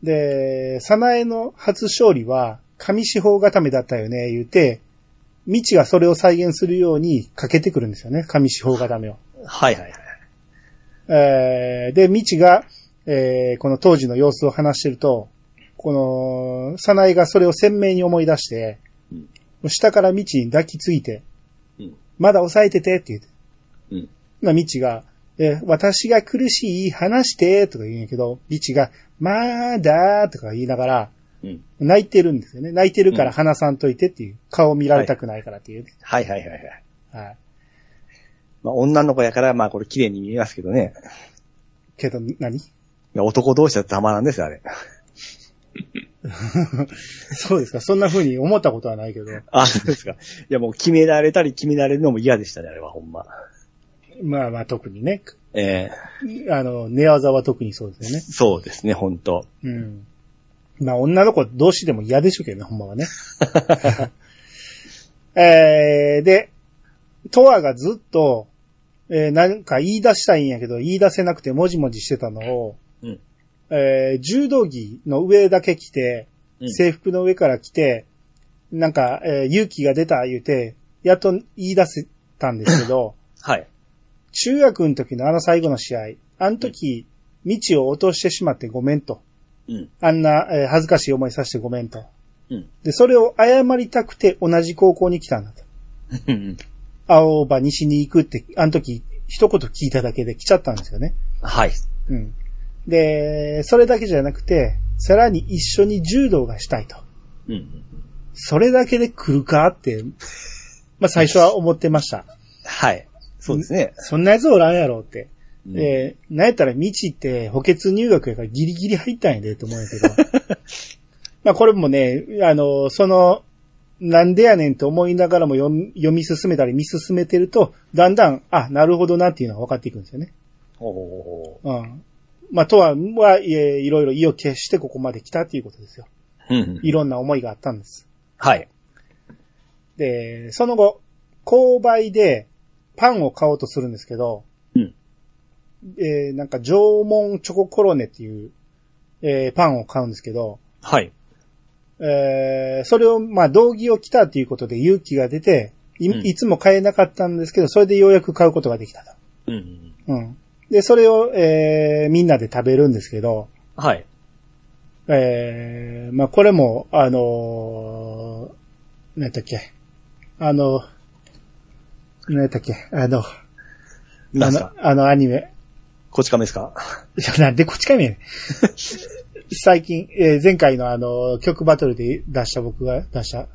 [SPEAKER 1] で、サナエの初勝利は、紙四方固めだったよね、言うて、未知がそれを再現するようにかけてくるんですよね、紙四方固めを。
[SPEAKER 2] はいはいはい。
[SPEAKER 1] えーで、未知が、えーこの当時の様子を話してると、この、サナエがそれを鮮明に思い出して、下から未知に抱きついて、
[SPEAKER 2] うん
[SPEAKER 1] まだ抑えててって言って。
[SPEAKER 2] うん
[SPEAKER 1] な、未知が、えー私が苦しい、話して、とか言うんやけど、未知が、まだ、とか言いながら、
[SPEAKER 2] うん
[SPEAKER 1] 泣いてるんですよね。泣いてるから話さんといてっていう、顔見られたくないからっていうね。
[SPEAKER 2] はいはいはいはい。
[SPEAKER 1] はい。
[SPEAKER 2] まあ女の子やから、まあこれ綺麗に見えますけどね。
[SPEAKER 1] けど、何
[SPEAKER 5] や男同士はざまなんですよ、あれ。
[SPEAKER 1] そうですか。そんな風に思ったことはないけど。
[SPEAKER 5] あ、そうですか。いや、もう決められたり決められるのも嫌でしたね、あれは、ほんま。
[SPEAKER 1] まあまあ特にね。
[SPEAKER 5] ええ
[SPEAKER 1] あの、寝技は特にそうですよね。
[SPEAKER 5] そうですね、ほんと。
[SPEAKER 1] うん。まあ女の子同士でも嫌でしょうけどね、ほんま はね。えー、で、トアがずっと、えーなんか言い出したいんやけど、言い出せなくてもじもじしてたのを、
[SPEAKER 2] うん
[SPEAKER 1] えー柔道着の上だけ着て、
[SPEAKER 2] うん
[SPEAKER 1] 制服の上から着て、なんか、えー勇気が出た言うて、やっと言い出せたんですけど、
[SPEAKER 2] はい。
[SPEAKER 1] 中学の時のあの最後の試合、あの時、未知を落としてしまってごめんと。
[SPEAKER 2] うん
[SPEAKER 1] あんな、えー恥ずかしい思いさせてごめんと。
[SPEAKER 2] うん
[SPEAKER 1] で、それを謝りたくて同じ高校に来たんだと。
[SPEAKER 2] うん
[SPEAKER 1] 青葉西に行くって、あの時、一言聞いただけで来ちゃったんですよね。
[SPEAKER 2] はい。
[SPEAKER 1] うん。で、それだけじゃなくて、さらに一緒に柔道がしたいと。
[SPEAKER 2] うん。
[SPEAKER 1] それだけで来るかって、まあ最初は思ってました。
[SPEAKER 5] はい。そうですね。
[SPEAKER 1] そんなやつおらんやろって。
[SPEAKER 2] うん
[SPEAKER 1] で、なんやったら未知って補欠入学やからギリギリ入ったんやでと思うんや けど。まあこれもね、あの、その、なんでやねんと思いながらも読み読み進めたり見進めてると、だんだん、あ、なるほどなっていうのは分かっていくんですよね。
[SPEAKER 2] おー
[SPEAKER 1] うん。まあ、とは、は、えーいろいろ意を決してここまで来たっていうことですよ。
[SPEAKER 2] うん
[SPEAKER 1] いろんな思いがあったんです。
[SPEAKER 2] はい。
[SPEAKER 1] で、その後、購買でパンを買おうとするんですけど、
[SPEAKER 2] うん
[SPEAKER 1] えーなんか縄文チョココロネっていう、えーパンを買うんですけど、
[SPEAKER 2] はい。
[SPEAKER 1] えーそれを、まあ、道着を着たということで勇気が出て、い,、
[SPEAKER 2] うん
[SPEAKER 1] つも買えなかったんですけど、それでようやく買うことができたと。
[SPEAKER 2] うん。
[SPEAKER 1] うん。で、それを、えーみんなで食べるんですけど、
[SPEAKER 2] はい。
[SPEAKER 1] えーまあ、これも、あのー、何やったっけ。あの、何やったっけ。あの、
[SPEAKER 5] な
[SPEAKER 1] あ
[SPEAKER 5] んす
[SPEAKER 1] の
[SPEAKER 5] か、
[SPEAKER 1] あのアニメ。
[SPEAKER 5] こち亀ですか
[SPEAKER 1] いやなんでこっちか見えない 最近、えー前回のあの、曲バトルで出した僕が出した、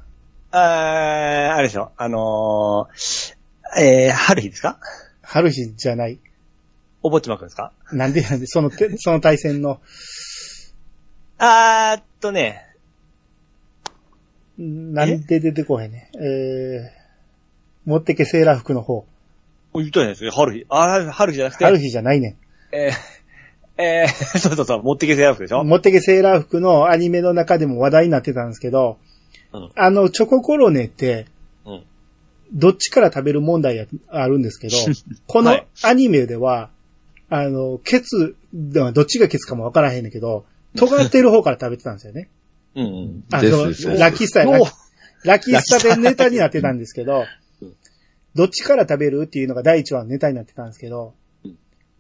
[SPEAKER 5] あー、あれでしょ。あのー、えー、春日ですか
[SPEAKER 1] 春日じゃない。
[SPEAKER 2] おぼっちまくんですか
[SPEAKER 1] なんでなんで、その手、その対戦の、
[SPEAKER 5] あーっとね、
[SPEAKER 1] なんで出てこへんね。えー、持ってけセーラー服の方。
[SPEAKER 2] 言ったじゃないですか。春日。あ、春日じゃなくて。
[SPEAKER 1] 春日じゃないねん。
[SPEAKER 2] えー、 えー、そうそうそう、持ってきてやるでしょ
[SPEAKER 1] 持ってけセーラー服のアニメの中でも話題になってたんですけど、
[SPEAKER 2] うん
[SPEAKER 1] あの、チョココロネって、
[SPEAKER 2] うん
[SPEAKER 1] どっちから食べる問題やあるんです けど、こ
[SPEAKER 2] は
[SPEAKER 1] の
[SPEAKER 2] い
[SPEAKER 1] アニメでは、あの、ケツ、どっちがケツかもわからへんねんけど、尖ってる方から食べてたんですよ ね。
[SPEAKER 2] うんうん。
[SPEAKER 1] あ
[SPEAKER 4] です
[SPEAKER 1] その
[SPEAKER 4] ですです
[SPEAKER 1] ラッキースタイル
[SPEAKER 2] おー。
[SPEAKER 1] ラッキースタでネタになってたんですけど、どっちから食べるっていうのが第一話のネタになってたんですけど、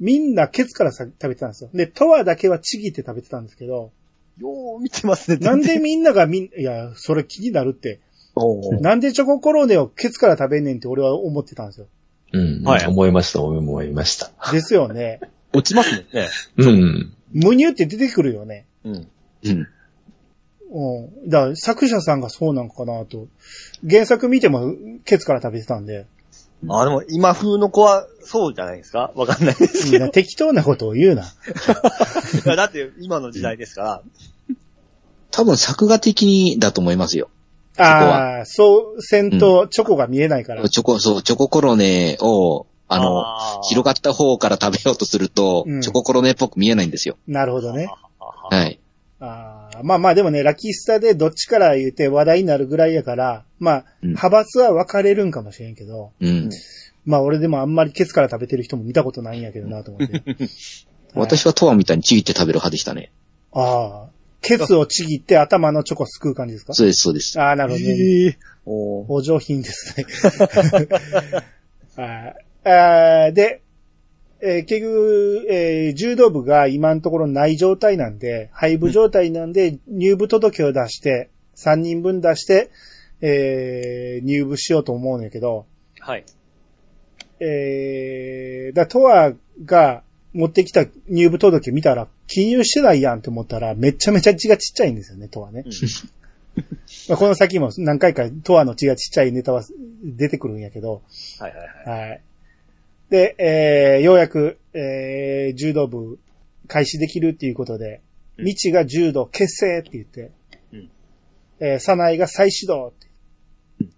[SPEAKER 1] みんなケツからさ食べてたんですよ。で、トワだけはちぎって食べてたんですけど、
[SPEAKER 5] よう見てますね。
[SPEAKER 1] なんでみんながみん、いや、それ気になるって。
[SPEAKER 5] おー
[SPEAKER 1] なんでチョココロネをケツから食べんねんって俺は思ってたんですよ。
[SPEAKER 4] うん。
[SPEAKER 2] はい
[SPEAKER 4] 思いました、思いました。
[SPEAKER 1] ですよね。
[SPEAKER 2] 落ちますもんね。
[SPEAKER 4] うん。
[SPEAKER 1] むにゅって出てくるよね。
[SPEAKER 2] うん。
[SPEAKER 3] うん。
[SPEAKER 1] うん。だから作者さんがそうなんかなと。原作見てもケツから食べてたんで、
[SPEAKER 5] あ、でも今風の子はそうじゃないですかわ かんないです
[SPEAKER 1] み
[SPEAKER 5] け
[SPEAKER 1] ん
[SPEAKER 5] ど
[SPEAKER 1] な。適当なことを言うな。
[SPEAKER 5] いやだって今の時代ですから。
[SPEAKER 3] 多分作画的にだと思いますよ。
[SPEAKER 1] ああ、そう、戦闘、チョコが見えないから。
[SPEAKER 3] チョコ、そう、チョココロネを、あの、
[SPEAKER 2] あー
[SPEAKER 3] 広がった方から食べようとすると、
[SPEAKER 1] うん
[SPEAKER 3] チョココロネっぽく見えないんですよ。
[SPEAKER 1] なるほどね。
[SPEAKER 3] はい。
[SPEAKER 1] あーまあまあでもね、ラキスタでどっちから言うて話題になるぐらいやから、まあ、
[SPEAKER 3] うん
[SPEAKER 1] 派閥は分かれるんかもしれんけど、
[SPEAKER 3] うん。
[SPEAKER 5] ん
[SPEAKER 1] まあ俺でもあんまりケツから食べてる人も見たことないんやけどなと思って。
[SPEAKER 3] 私はトワみたいにちぎって食べる派でしたね。
[SPEAKER 1] ああ、ケツをちぎって頭のチョコすくう感じですか
[SPEAKER 3] そうです、そうです。
[SPEAKER 1] ああ、なるほどね。
[SPEAKER 5] おー
[SPEAKER 1] お上品です ね。あーあーで、えー結局、えー柔道部が今のところない状態なんで、廃部状態なんで、入部届を出して、3人分出して、えー入部しようと思うんやけど、
[SPEAKER 2] はい。
[SPEAKER 1] えー、だから、トアが持ってきた入部届見たら、記入してないやんって思ったら、めちゃめちゃ字がちっちゃいんですよね、トアね。まあこの先も何回かトアの血がちっちゃいネタは出てくるんやけど、
[SPEAKER 2] はいはいはい。
[SPEAKER 1] はい。で、えー、ようやく、えー、柔道部開始できるっていうことで、
[SPEAKER 2] うん
[SPEAKER 1] 未知が柔道結成って言って、
[SPEAKER 2] うん
[SPEAKER 1] えー、サナイが再始動って。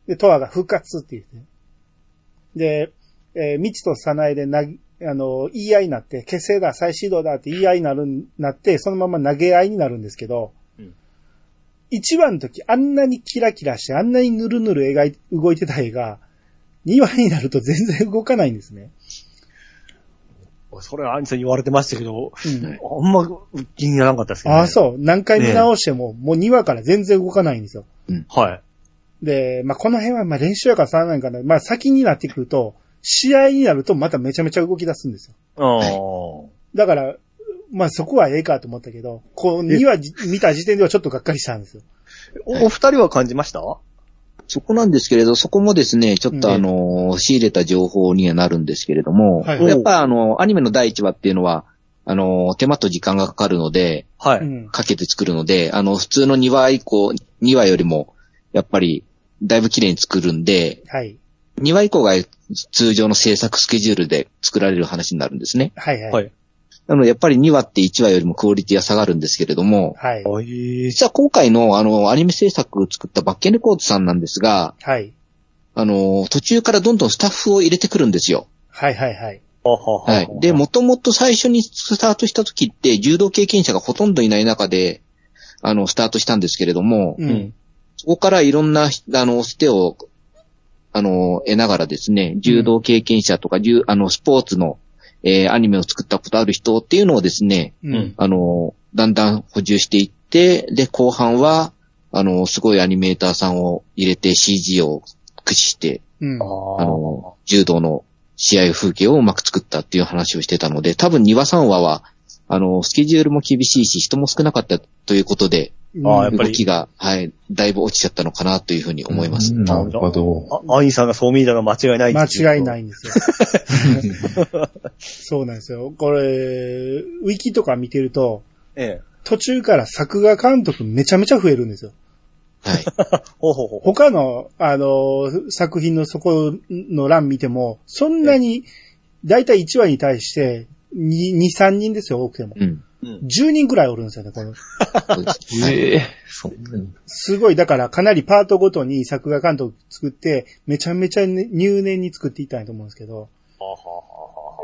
[SPEAKER 1] で、トアが復活って言って。で、えー、未知とサナイでなぎ、あの、言い合いになって、結成だ、再始動だって言い合いになるん、なって、そのまま投げ合いになるんですけど、
[SPEAKER 2] うん
[SPEAKER 1] 一番の時あんなにキラキラして、あんなにぬるぬる描い、動いてた絵が、2話になると全然動かないんですね。
[SPEAKER 2] それはアニさん言われてましたけど、
[SPEAKER 1] うん
[SPEAKER 2] あんま気にならなかったですけど、ね。
[SPEAKER 1] ああ、そう。何回見直しても、もう2話から全然動かないんですよ。
[SPEAKER 2] う。はい。
[SPEAKER 1] で、まあ、この辺は、まあ、練習やからさなんかな。まあ、先になってくると、試合になるとまためちゃめちゃ動き出すんですよ。
[SPEAKER 2] ああ。
[SPEAKER 1] だから、まあ、そこはええかと思ったけど、こう2話じ見た時点ではちょっとがっかりしたんですよ。
[SPEAKER 5] おお二人は感じました
[SPEAKER 3] そこなんですけれど、そこもですね、ちょっとあの、仕入れた情報にはなるんですけれども、
[SPEAKER 1] はい
[SPEAKER 3] やっぱあの、アニメの第一話っていうのは、あの、手間と時間がかかるので、
[SPEAKER 2] は
[SPEAKER 1] う
[SPEAKER 2] い。
[SPEAKER 1] ん。
[SPEAKER 3] かけて作るので、あの、普通の2話以降、2話よりも、やっぱり、だいぶ綺麗に作るんで、
[SPEAKER 1] はい。
[SPEAKER 3] 2話以降が通常の制作スケジュールで作られる話になるんですね。
[SPEAKER 1] はいはい。
[SPEAKER 2] は
[SPEAKER 1] はいい。
[SPEAKER 3] なので、やっぱり2話って1話よりもクオリティは下がるんですけれども、
[SPEAKER 1] はい。
[SPEAKER 2] はい。
[SPEAKER 3] 実は今回のあの、アニメ制作を作ったバッケンレコードさんなんですが、
[SPEAKER 1] はい。
[SPEAKER 3] あの、途中からどんどんスタッフを入れてくるんですよ。
[SPEAKER 1] はいはいはい。
[SPEAKER 2] ははは
[SPEAKER 3] はい。で、もともと最初にスタートした時って、柔道経験者がほとんどいない中で、あの、スタートしたんですけれども、
[SPEAKER 1] うん。
[SPEAKER 3] そこからいろんな、あの、ステを、あの、得ながらですね、柔道経験者とか、柔あの、スポーツの、えーアニメを作ったことある人っていうのをですね、
[SPEAKER 1] うん。
[SPEAKER 2] うん
[SPEAKER 3] あの、だんだん補充していって、で、後半は、あの、すごいアニメーターさんを入れて CG を駆使して、
[SPEAKER 1] うん。
[SPEAKER 3] あの、柔道の試合風景をうまく作ったっていう話をしてたので、多分2話3話は、あの、スケジュールも厳しいし、人も少なかったということで、
[SPEAKER 2] ああやっぱり
[SPEAKER 3] 動きが、はい、だいぶ落ちちゃったのかなというふうに思います。
[SPEAKER 4] うんなるほど。
[SPEAKER 2] あアニさんがそう見たのは間違いない。
[SPEAKER 1] 間違いないいんですよ。そうなんですよ。これ、ウィキとか見てると、
[SPEAKER 2] ええ。
[SPEAKER 1] 途中から作画監督めちゃめちゃ増えるんですよ。
[SPEAKER 3] はい。
[SPEAKER 2] ほうほうほう。
[SPEAKER 1] 他の、あの、作品のそこの欄見ても、そんなに、だいたい1話に対して、2、2 3人ですよ、多くても。
[SPEAKER 3] うん。
[SPEAKER 1] 10人くらいおるんですよね、この。
[SPEAKER 3] そうですはい
[SPEAKER 4] ええそんなに。
[SPEAKER 1] すごい、だからかなりパートごとに作画監督作って、めちゃめちゃね入念に作っていったんやと思うんですけど。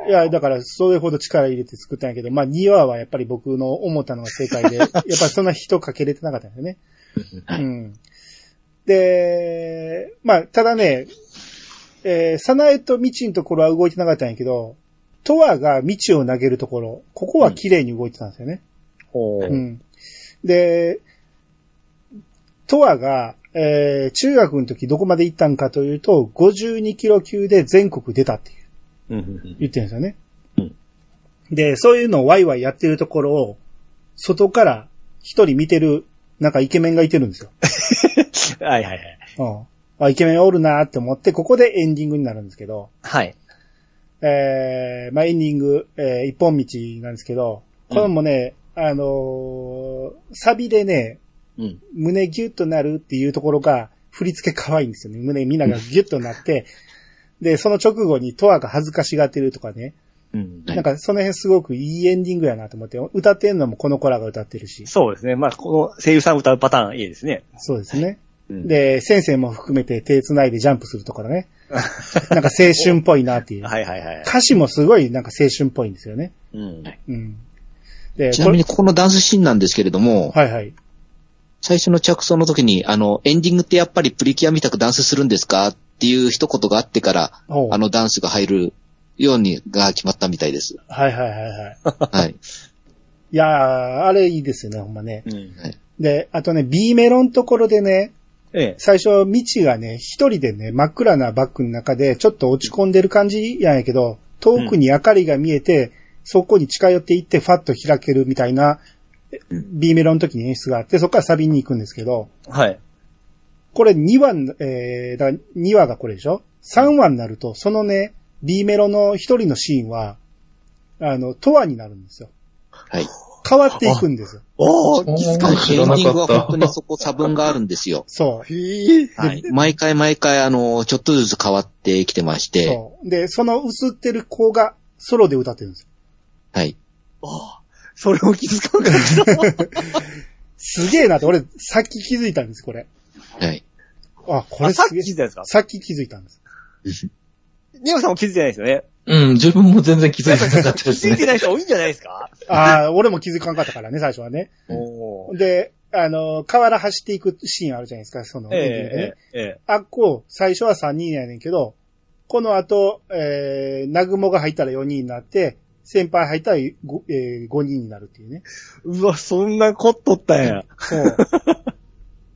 [SPEAKER 1] いや、だから、それほど力入れて作ったんやけど、まあ、2話はやっぱり僕の思ったのが正解で、やっぱりそんな人かけれてなかったんだよね。
[SPEAKER 3] はい
[SPEAKER 1] うん。で、まあ、ただね、えー、サナエとミチのところは動いてなかったんやけど、トワがミチを投げるところ、ここは綺麗に動いてたんですよね。う。
[SPEAKER 2] ほうん
[SPEAKER 1] で、トワが、えー、中学の時どこまで行ったんかというと、52キロ級で全国出たっていう。
[SPEAKER 2] うんうん
[SPEAKER 1] 言ってるんですよね。
[SPEAKER 2] うん
[SPEAKER 1] で、そういうのをワイワイやってるところを、外から一人見てる、なんかイケメンがいてるん ですよ。
[SPEAKER 2] うんはいはいはい。
[SPEAKER 1] うん。あ、イケメンおるなーって思って、ここでエンディングになるんですけど、
[SPEAKER 2] はい。
[SPEAKER 1] えー、まあエンディング、えー一本道なんですけど、これもね、あのーサビでね、
[SPEAKER 2] うん
[SPEAKER 1] 胸ギュッとなるっていうところが、振り付け可愛いんですよね。胸みんながギュッとなって、で、その直後にトアが恥ずかしがってるとかね、
[SPEAKER 2] うん
[SPEAKER 3] はい
[SPEAKER 1] なんかその辺すごくいいエンディングやなと思って、歌ってんのもこの子らが歌ってるし、
[SPEAKER 2] そうですね。まあ、この声優さん歌うパターンいいですね。
[SPEAKER 1] そうですね。
[SPEAKER 2] うん
[SPEAKER 1] で、先生も含めて手繋いでジャンプするところ ね。なんか青春っぽいなっていう。
[SPEAKER 2] はいはいはい。
[SPEAKER 1] 歌詞もすごいなんか青春っぽいんですよね。
[SPEAKER 2] うん。
[SPEAKER 1] うん。で、
[SPEAKER 3] ちなみにここのダンスシーンなんですけれども、
[SPEAKER 1] これはいはい。
[SPEAKER 3] 最初の着想の時に、あの、エンディングってやっぱりプリキュアみたくダンスするんですかっていう一言があってから、
[SPEAKER 1] ほう
[SPEAKER 3] あのダンスが入るようにが決まったみたいです。
[SPEAKER 1] はいはいはいはい。
[SPEAKER 3] はい。
[SPEAKER 1] いやー、あれいいですよね、ほんまね。
[SPEAKER 2] うん
[SPEAKER 1] で、あとね、B メロのところでね、
[SPEAKER 2] ええ。
[SPEAKER 1] 最初、ミチがね、一人でね、真っ暗なバッグの中で、ちょっと落ち込んでる感じやんやけど、遠くに明かりが見えて、そこに近寄っていって、ファッと開けるみたいな、B メロの時に演出があって、そこからサビに行くんですけど、
[SPEAKER 2] はい。
[SPEAKER 1] これ2話の、えー、だ2話がこれでしょ ?3 話になると、そのね、B メロの一人のシーンは、あの、トアになるんですよ。
[SPEAKER 3] はい。
[SPEAKER 1] 変わっていくんですよ。
[SPEAKER 2] おー、
[SPEAKER 4] 気づか
[SPEAKER 3] エ
[SPEAKER 4] な
[SPEAKER 3] ン
[SPEAKER 4] い知
[SPEAKER 3] デ
[SPEAKER 4] らなかった
[SPEAKER 3] ィングは本当にそこ差分があるんですよ。
[SPEAKER 1] そう。
[SPEAKER 3] はい。毎回毎回、あの、ちょっとずつ変わってきてまして、
[SPEAKER 1] そう。で、その映ってる子がソロで歌ってるんですよ。
[SPEAKER 3] はい。
[SPEAKER 5] それを気づかなかった。
[SPEAKER 1] すげえなって、俺、さっき気づいたんです、これ。
[SPEAKER 3] はい。
[SPEAKER 1] あ、 こ
[SPEAKER 5] あ
[SPEAKER 1] れ
[SPEAKER 5] さ
[SPEAKER 1] す
[SPEAKER 5] っ
[SPEAKER 1] げ
[SPEAKER 5] き気づ。
[SPEAKER 1] え
[SPEAKER 5] いたんですか
[SPEAKER 1] さっき気づいたんです。
[SPEAKER 5] ニワさんも気づいてないですよね。
[SPEAKER 4] うん、自分も全然気づいてなかったで
[SPEAKER 5] 気
[SPEAKER 4] す
[SPEAKER 5] づいて
[SPEAKER 4] ね。
[SPEAKER 5] ない人多いんじゃないですか
[SPEAKER 1] ああ、 俺も気づかんかったからね、最初はね。
[SPEAKER 5] おー
[SPEAKER 1] で、あの、河原走っていくシーンあるじゃないですか、その、
[SPEAKER 5] ええ
[SPEAKER 1] エンディングでね
[SPEAKER 5] えええ
[SPEAKER 1] あっこ、最初は3人やねんけど、この後、えー、南雲が入ったら4人になって、先輩入ったら 5,、えー、5人になるっていうね。
[SPEAKER 5] えうわ、そんなこっとったんや。
[SPEAKER 1] そう。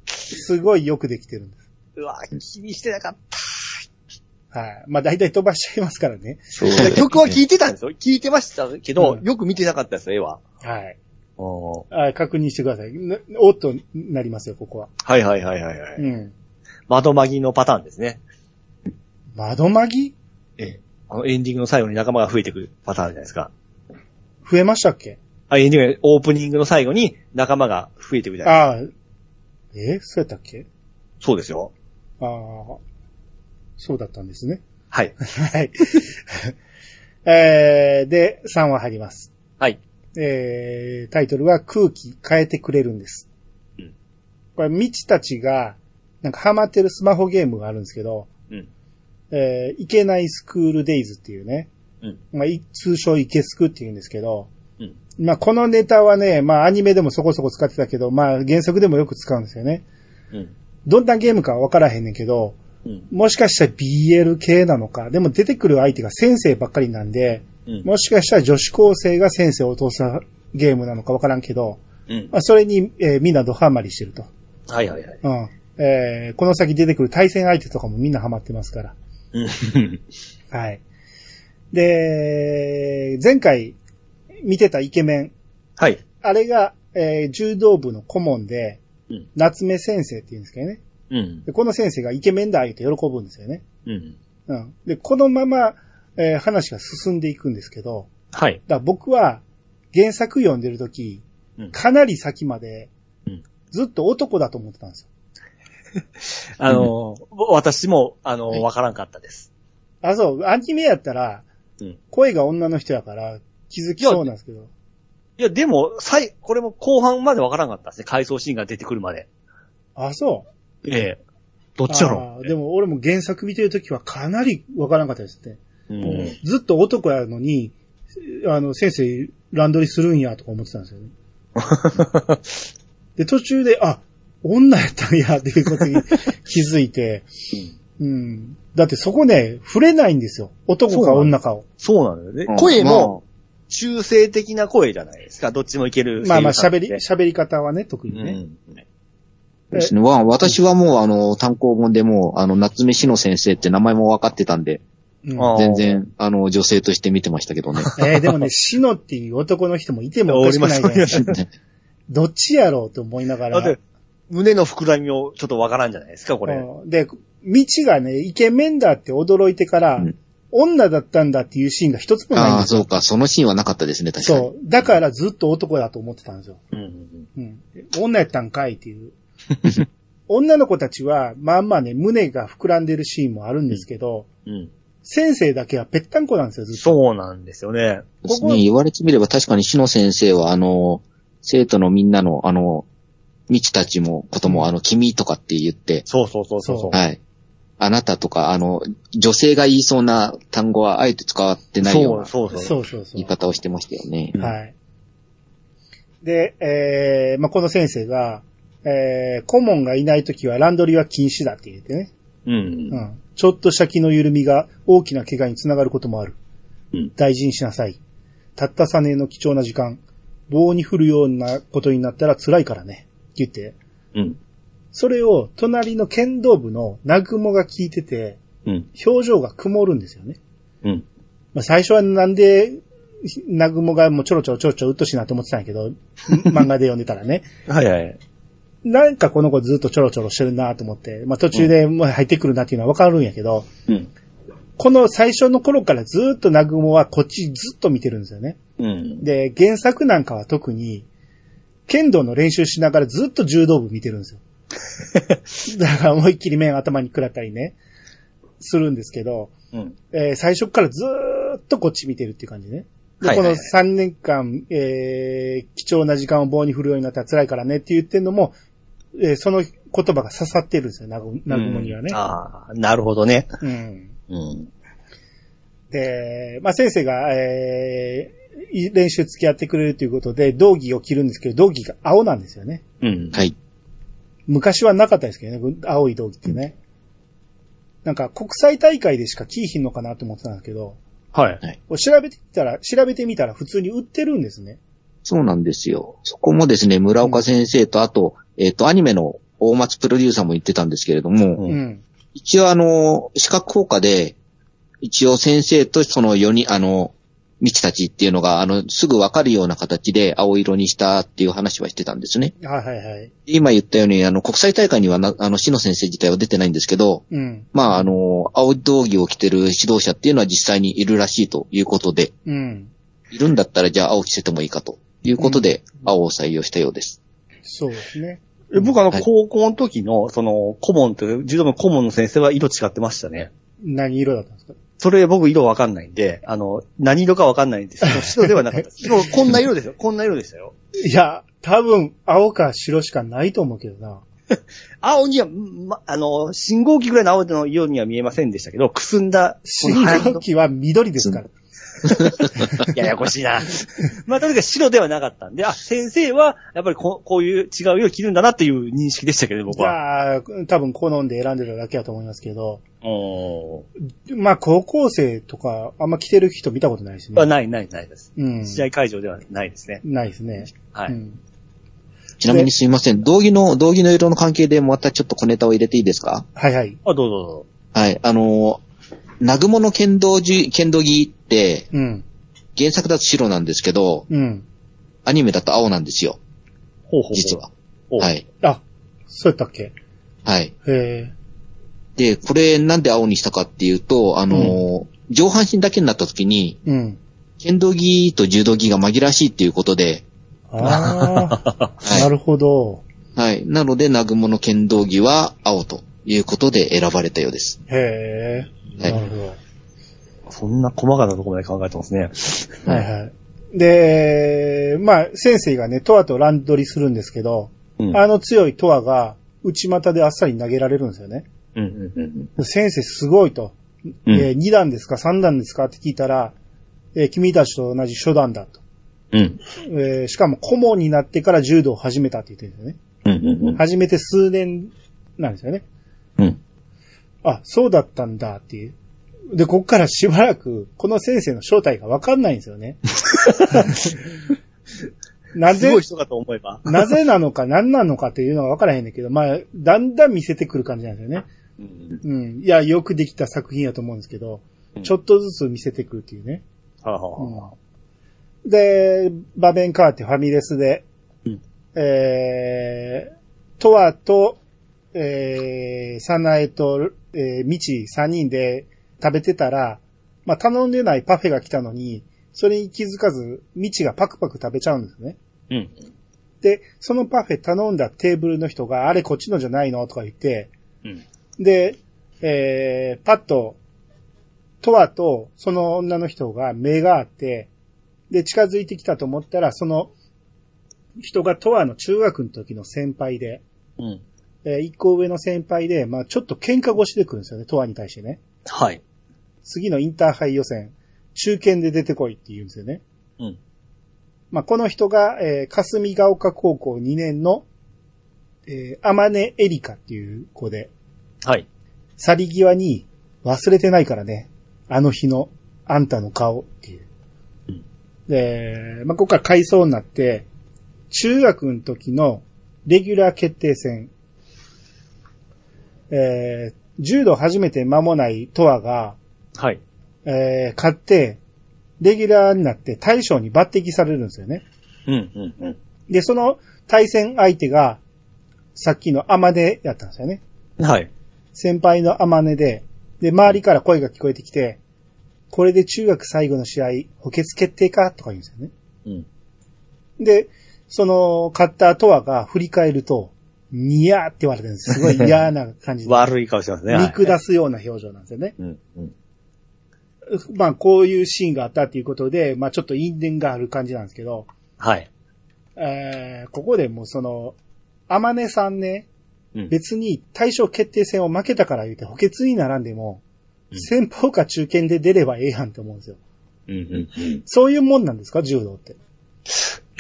[SPEAKER 1] すごいよくできてるんです。
[SPEAKER 5] うわ、気にしてなかっ
[SPEAKER 1] はい。まあ大体飛ばしちゃいますからね。
[SPEAKER 4] そう
[SPEAKER 5] た。曲は聴いて たんですよ。聴いてましたけど、
[SPEAKER 1] うん
[SPEAKER 5] よく見てなかったですね、絵は。
[SPEAKER 1] はい。
[SPEAKER 5] お
[SPEAKER 1] あ確認してください。なおっとなりますよ、ここは。
[SPEAKER 5] はいはいはいはいは
[SPEAKER 1] う
[SPEAKER 5] い。
[SPEAKER 1] ん。
[SPEAKER 5] 窓マギのパターンですね。
[SPEAKER 1] 窓まぎ
[SPEAKER 5] あのエンディングの最後に仲間が増えてくるパターンじゃないですか。
[SPEAKER 1] 増えましたっけ
[SPEAKER 5] あ、エンディング、オープニングの最後に仲間が増えてくるじゃない
[SPEAKER 1] ああ。えそうやったっけ
[SPEAKER 5] そうですよ。
[SPEAKER 1] ああ。そうだったんですね。
[SPEAKER 5] はい。
[SPEAKER 1] はい。 えー、で、3話入ります。
[SPEAKER 5] はい。
[SPEAKER 1] えー、タイトルは空気変えてくれるんです。
[SPEAKER 2] うん
[SPEAKER 1] これ、未知たちが、なんかハマってるスマホゲームがあるんですけど、
[SPEAKER 2] うん
[SPEAKER 1] えー、いけないスクールデイズっていうね、
[SPEAKER 2] うん
[SPEAKER 1] まあ、い通称いけすくっていうんですけど、
[SPEAKER 2] うん
[SPEAKER 1] まあ、このネタはね、まあ、アニメでもそこそこ使ってたけど、まあ、原作でもよく使うんですよね。
[SPEAKER 2] うん
[SPEAKER 1] どんなゲームかは分からへんねんけど、
[SPEAKER 2] うん
[SPEAKER 1] もしかしたら BL 系なのか、でも出てくる相手が先生ばっかりなんで、
[SPEAKER 2] うん
[SPEAKER 1] もしかしたら女子高生が先生を通すゲームなのか分からんけど、
[SPEAKER 2] うん。
[SPEAKER 1] まあ、それに、えーみんなドハマりしてると。
[SPEAKER 2] はいはいはい。
[SPEAKER 1] うん。えーこの先出てくる対戦相手とかもみんなハマってますから。
[SPEAKER 2] うん。
[SPEAKER 1] はい。で、前回見てたイケメン、
[SPEAKER 2] はい。
[SPEAKER 1] あれが、えー柔道部の顧問で
[SPEAKER 2] うん、
[SPEAKER 1] 夏目先生って言うんですけどね。
[SPEAKER 2] うん。
[SPEAKER 1] でこの先生がイケメンだ言うて喜ぶんですよね。
[SPEAKER 2] うん。
[SPEAKER 1] うん。で、このまま、えー話が進んでいくんですけど、
[SPEAKER 2] はい。
[SPEAKER 1] だから僕は原作読んでるとき
[SPEAKER 2] うん、
[SPEAKER 1] かなり先まで
[SPEAKER 2] うん、
[SPEAKER 1] ずっと男だと思ってたんですよ。
[SPEAKER 2] あのー、私も、あのー、わからんかったです。
[SPEAKER 1] あ、そう、アニメやったら
[SPEAKER 2] うん、
[SPEAKER 1] 声が女の人やから気づきそうなんですけど、
[SPEAKER 2] いや、でも、さい、これも後半までわからんかったですね。回想シーンが出てくるまで。
[SPEAKER 1] あ、そう。
[SPEAKER 2] ええ。どっちや
[SPEAKER 1] あ
[SPEAKER 2] ろ
[SPEAKER 1] ーでも俺も原作見てるときはかなりわからんかったですって。
[SPEAKER 2] う
[SPEAKER 4] うん
[SPEAKER 2] ん。
[SPEAKER 1] ずっと男やのに、あの、先生、ランドリーするんや、とか思ってたんですよね。で、途中で、あ、女やったんや、っていう ことに気づいて、うん。だってそこね、触れないんですよ。男か女かを。
[SPEAKER 2] そうなんだよね
[SPEAKER 3] うん。
[SPEAKER 5] 声も、中性的な声じゃないですか。どっちもいける。
[SPEAKER 1] まあまあ
[SPEAKER 5] 声優さん
[SPEAKER 1] 喋
[SPEAKER 5] って
[SPEAKER 1] り、喋り方はね、特に
[SPEAKER 2] う
[SPEAKER 1] ね。
[SPEAKER 2] ん。
[SPEAKER 3] ですね。わ私はもう、あの、単行本でもう、あの、夏目氏の先生って名前も分かってたんで、
[SPEAKER 1] うん
[SPEAKER 2] あー
[SPEAKER 3] 全然、あの、女性として見てましたけどね。
[SPEAKER 1] えーでもね、シノっていう男の人もいてもおかしくないじゃないですか。どっちやろうと思いなが
[SPEAKER 5] だ
[SPEAKER 1] ら。
[SPEAKER 5] って、胸の膨らみをちょっとわからんじゃないですか、これ。
[SPEAKER 1] うんで、道がね、イケメンだって驚いてから、
[SPEAKER 3] うん
[SPEAKER 1] 女だったんだっていうシーンが一つもないん
[SPEAKER 3] あ
[SPEAKER 1] で
[SPEAKER 3] あ、
[SPEAKER 1] すよ。
[SPEAKER 3] そうか。そのシーンはなかったですね、確かに。
[SPEAKER 1] そう。だからずっと男だと思ってたんですよ。
[SPEAKER 2] うん。
[SPEAKER 1] うん。女やったんかいっていう。女の子たちは、まあまあね、胸が膨らんでるシーンもあるんですけど、
[SPEAKER 2] うん。
[SPEAKER 1] 先生だけはぺったんこなんですよ、ずっと。
[SPEAKER 2] そうなんですよね。
[SPEAKER 3] です
[SPEAKER 1] ここ
[SPEAKER 3] ね。言われてみれば確かに志野先生は、あの、生徒のみんなの、あの、未知たちも、ことも、あの、君とかって言って、
[SPEAKER 2] そうそうそうそう。
[SPEAKER 1] そう
[SPEAKER 3] はい。あなたとか、あの、女性が言いそうな単語はあえて使ってないよう
[SPEAKER 2] そうそうそう。
[SPEAKER 3] な
[SPEAKER 1] そうそうそう。
[SPEAKER 3] 言い方をしてましたよね。
[SPEAKER 1] はい。で、えー、まあこの先生が、えー、顧問がいないときはランドリーは禁止だって言ってね。
[SPEAKER 2] うん
[SPEAKER 1] う。ん。ちょっとした気の緩みが大きな怪我につながることもある。
[SPEAKER 2] うん
[SPEAKER 1] 大事にしなさい。たった3年の貴重な時間、棒に振るようなことになったら辛いからね。って言って。
[SPEAKER 2] うん。
[SPEAKER 1] それを隣の剣道部の南雲が聞いてて、
[SPEAKER 2] うん。
[SPEAKER 1] 表情が曇るんですよね。
[SPEAKER 2] うん。
[SPEAKER 1] まあ、最初はなんで、南雲がもうちょろちょろちょろちょろうっとしいなと思ってたんやけど、漫画で読んでたらね。
[SPEAKER 2] はいはい。
[SPEAKER 1] なんかこの子ずっとちょろちょろしてるなと思って、まあ、途中でもう入ってくるなっていうのはわかるんやけど、
[SPEAKER 2] うん。
[SPEAKER 1] この最初の頃からずっと南雲はこっちずっと見てるんですよね。
[SPEAKER 2] うん。
[SPEAKER 1] で、原作なんかは特に、剣道の練習しながらずっと柔道部見てるんですよ。だから思いっきり面頭に食らったりね、するんですけど、
[SPEAKER 2] うん。
[SPEAKER 1] えー最初からずーっとこっち見てるっていう感じね。で
[SPEAKER 4] はい
[SPEAKER 1] この
[SPEAKER 4] はいはい
[SPEAKER 1] 3年間、えー、貴重な時間を棒に振るようになったら辛いからねって言ってんのも、えーその言葉が刺さってるんですよ、なご、なごもにはね。
[SPEAKER 5] ああ、なるほどね。
[SPEAKER 1] うん。
[SPEAKER 5] うん。
[SPEAKER 1] で、まあ、先生が、えーい練習付き合ってくれるということで、道着を着るんですけど、道着が青なんですよね。
[SPEAKER 2] うん。
[SPEAKER 3] はい。
[SPEAKER 1] 昔はなかったですけどね、青い道着ってね。なんか国際大会でしか着いひんのかなと思ってたんだけど、
[SPEAKER 2] はい。
[SPEAKER 1] 調べてみたら、調べてみたら普通に売ってるんですね。
[SPEAKER 3] そうなんですよ。そこもですね、村岡先生と、あと、えっ、と、アニメの大松プロデューサーも言ってたんですけれども、
[SPEAKER 1] うん。
[SPEAKER 3] 一応あの、視覚効果で、一応先生とその4人、あの、未知たちっていうのが、あの、すぐわかるような形で青色にしたっていう話はしてたんですね。
[SPEAKER 1] はいはいはい。
[SPEAKER 3] 今言ったように、あの、国際大会にはな、あの、篠先生自体は出てないんですけど、
[SPEAKER 1] うん。
[SPEAKER 3] まあ、あの、青道着を着てる指導者っていうのは実際にいるらしいということで、
[SPEAKER 1] うん。
[SPEAKER 3] いるんだったらじゃあ青着せてもいいかということで、青を採用したようです。
[SPEAKER 1] そうですね。
[SPEAKER 2] え僕あの、
[SPEAKER 3] はい
[SPEAKER 2] 高校の時の、その、顧問という、柔道部の顧問の先生は色違ってましたね。
[SPEAKER 1] 何色だったんですか
[SPEAKER 2] それ僕色わかんないんで、あの、何色かわかんない んですけど、白ではなかったです。でもこんな色ですよ。こんな色でしたよ。
[SPEAKER 1] いや、多分、青か白しかないと思うけどな。
[SPEAKER 2] 青には、ま、あの、信号機ぐらいの青の色には見えませんでしたけど、くすんだ、
[SPEAKER 1] 信号機は緑ですから。
[SPEAKER 2] ややこしいな。 まあ、とにかく白ではなかったんで、あ、先生は、やっぱりここういう違う色を着るんだなっていう認識でしたけど、僕
[SPEAKER 1] じ
[SPEAKER 2] は。
[SPEAKER 1] ゃあ、多分好んで選んでただけだと思いますけど。
[SPEAKER 2] お
[SPEAKER 1] まあ、高校生とか、あんま着てる人見たことないです
[SPEAKER 2] ー
[SPEAKER 1] ね。
[SPEAKER 2] ない、ない、ないです。
[SPEAKER 1] うん。
[SPEAKER 2] 試合会場ではないですね。
[SPEAKER 1] ないですね。
[SPEAKER 2] は
[SPEAKER 1] う
[SPEAKER 2] い。
[SPEAKER 1] ん
[SPEAKER 3] ちなみにすいません。道着の、道着の色の関係でまたちょっと小ネタを入れていいですか
[SPEAKER 1] はいはい。
[SPEAKER 2] あ、どうぞどうぞ。
[SPEAKER 3] はい。あの、南雲の剣道じ、剣道着って、
[SPEAKER 1] うん。
[SPEAKER 3] 原作だと白なんですけど、
[SPEAKER 1] うん。
[SPEAKER 3] アニメだと青なんですよ。
[SPEAKER 2] ほうほうほう。
[SPEAKER 3] 実は。
[SPEAKER 2] ほう。
[SPEAKER 3] はい。
[SPEAKER 1] あ、そうやったっけ
[SPEAKER 3] はい。
[SPEAKER 1] へえ。
[SPEAKER 3] で、これなんで青にしたかっていうと、あの、上半身だけになった時に、
[SPEAKER 1] うん。
[SPEAKER 3] 剣道着と柔道着が紛らわしいっていうことで、
[SPEAKER 1] あ あ、
[SPEAKER 3] は。
[SPEAKER 1] ないるほど。
[SPEAKER 3] はい。なので、南雲の剣道着は青ということで選ばれたようです。
[SPEAKER 1] へえ。
[SPEAKER 3] はい
[SPEAKER 1] なるほど。
[SPEAKER 2] そんな細かなところまで考えてますね。
[SPEAKER 1] はいはい。で、まあ、先生がね、トアと乱取りするんですけど、
[SPEAKER 2] うん
[SPEAKER 1] あの強いトアが、内股であっさり投げられるんですよね。
[SPEAKER 2] うんうんうん。
[SPEAKER 1] 先生すごいと。
[SPEAKER 2] うん
[SPEAKER 1] え2段ですか ?3 段ですかって聞いたら、えー君たちと同じ初段だと。
[SPEAKER 2] うん。
[SPEAKER 1] えーしかも顧問になってから柔道を始めたって言ってるんですよね。
[SPEAKER 2] うんうんうん。
[SPEAKER 1] 始めて数年なんですよね。
[SPEAKER 2] うん。
[SPEAKER 1] あ、そうだったんだっていう。で、こっからしばらく、この先生の正体がわかんないんですよ ね。な
[SPEAKER 2] す
[SPEAKER 1] ぜ
[SPEAKER 2] ごい、人かと思えば。
[SPEAKER 1] なぜなのか何なのかっていうのがわからへんねんけど、まあ、だんだん見せてくる感じなんですよね。
[SPEAKER 2] うん。
[SPEAKER 1] うん。いや、よくできた作品やと思うんですけど、ちょっとずつ見せてくるっていうね。
[SPEAKER 2] はあはあ
[SPEAKER 1] うんで、場面変わってファミレスで、
[SPEAKER 2] うん
[SPEAKER 1] えー、とわと、えー、さなえと、えー、みち3人で食べてたら、まあ、頼んでないパフェが来たのに、それに気づかず、みちがパクパク食べちゃうんですね。
[SPEAKER 2] うん。
[SPEAKER 1] で、そのパフェ頼んだテーブルの人が、あれこっちのじゃないのとか言って、
[SPEAKER 2] うん。
[SPEAKER 1] で、えー、パッと、トワとその女の人が目があって、で、近づいてきたと思ったら、その人がトワの中学の時の先輩で、
[SPEAKER 2] うん。
[SPEAKER 1] えー一個上の先輩で、まあちょっと喧嘩越しで来るんですよね、トワに対してね。
[SPEAKER 2] はい。
[SPEAKER 1] 次のインターハイ予選、中堅で出てこいって言うんですよね。
[SPEAKER 2] うん。
[SPEAKER 1] まあ、この人が、えー、霞ヶ丘高校2年の、えー、天音エリカっていう子で、
[SPEAKER 2] はい。
[SPEAKER 1] 去り際に忘れてないからね。あの日のあんたの顔っていう。
[SPEAKER 2] うん
[SPEAKER 1] で、まあ、ここから回想になって、中学の時のレギュラー決定戦、えー柔道初めて間もないトアが、
[SPEAKER 2] はい。
[SPEAKER 1] えー勝って、レギュラーになって大将に抜擢されるんですよね。
[SPEAKER 2] うんうんうん。
[SPEAKER 1] で、その対戦相手が、さっきのアマネやったんですよね。
[SPEAKER 2] はい。
[SPEAKER 1] 先輩のアマネで、で、周りから声が聞こえてきて、これで中学最後の試合、補欠決定かとか言うんですよね。
[SPEAKER 2] うん。
[SPEAKER 1] で、その、勝ったトアが振り返ると、ニヤーって言われてるんです。す ごい嫌な感じで。
[SPEAKER 2] 悪い顔してますね。はい
[SPEAKER 1] 見下すような表情なんですよね。
[SPEAKER 2] うんうん。
[SPEAKER 1] まあ、こういうシーンがあったということで、まあ、ちょっと因縁がある感じなんですけど、
[SPEAKER 2] はい。
[SPEAKER 1] えーここでもうその、アマネさんね、
[SPEAKER 2] うん
[SPEAKER 1] 別に対象決定戦を負けたから言うて補欠に並んでも、
[SPEAKER 2] うん
[SPEAKER 1] 先方か中堅で出ればええやんって思うんですよ。
[SPEAKER 2] うんうん。
[SPEAKER 1] そういうもんなんですか柔道って。
[SPEAKER 2] い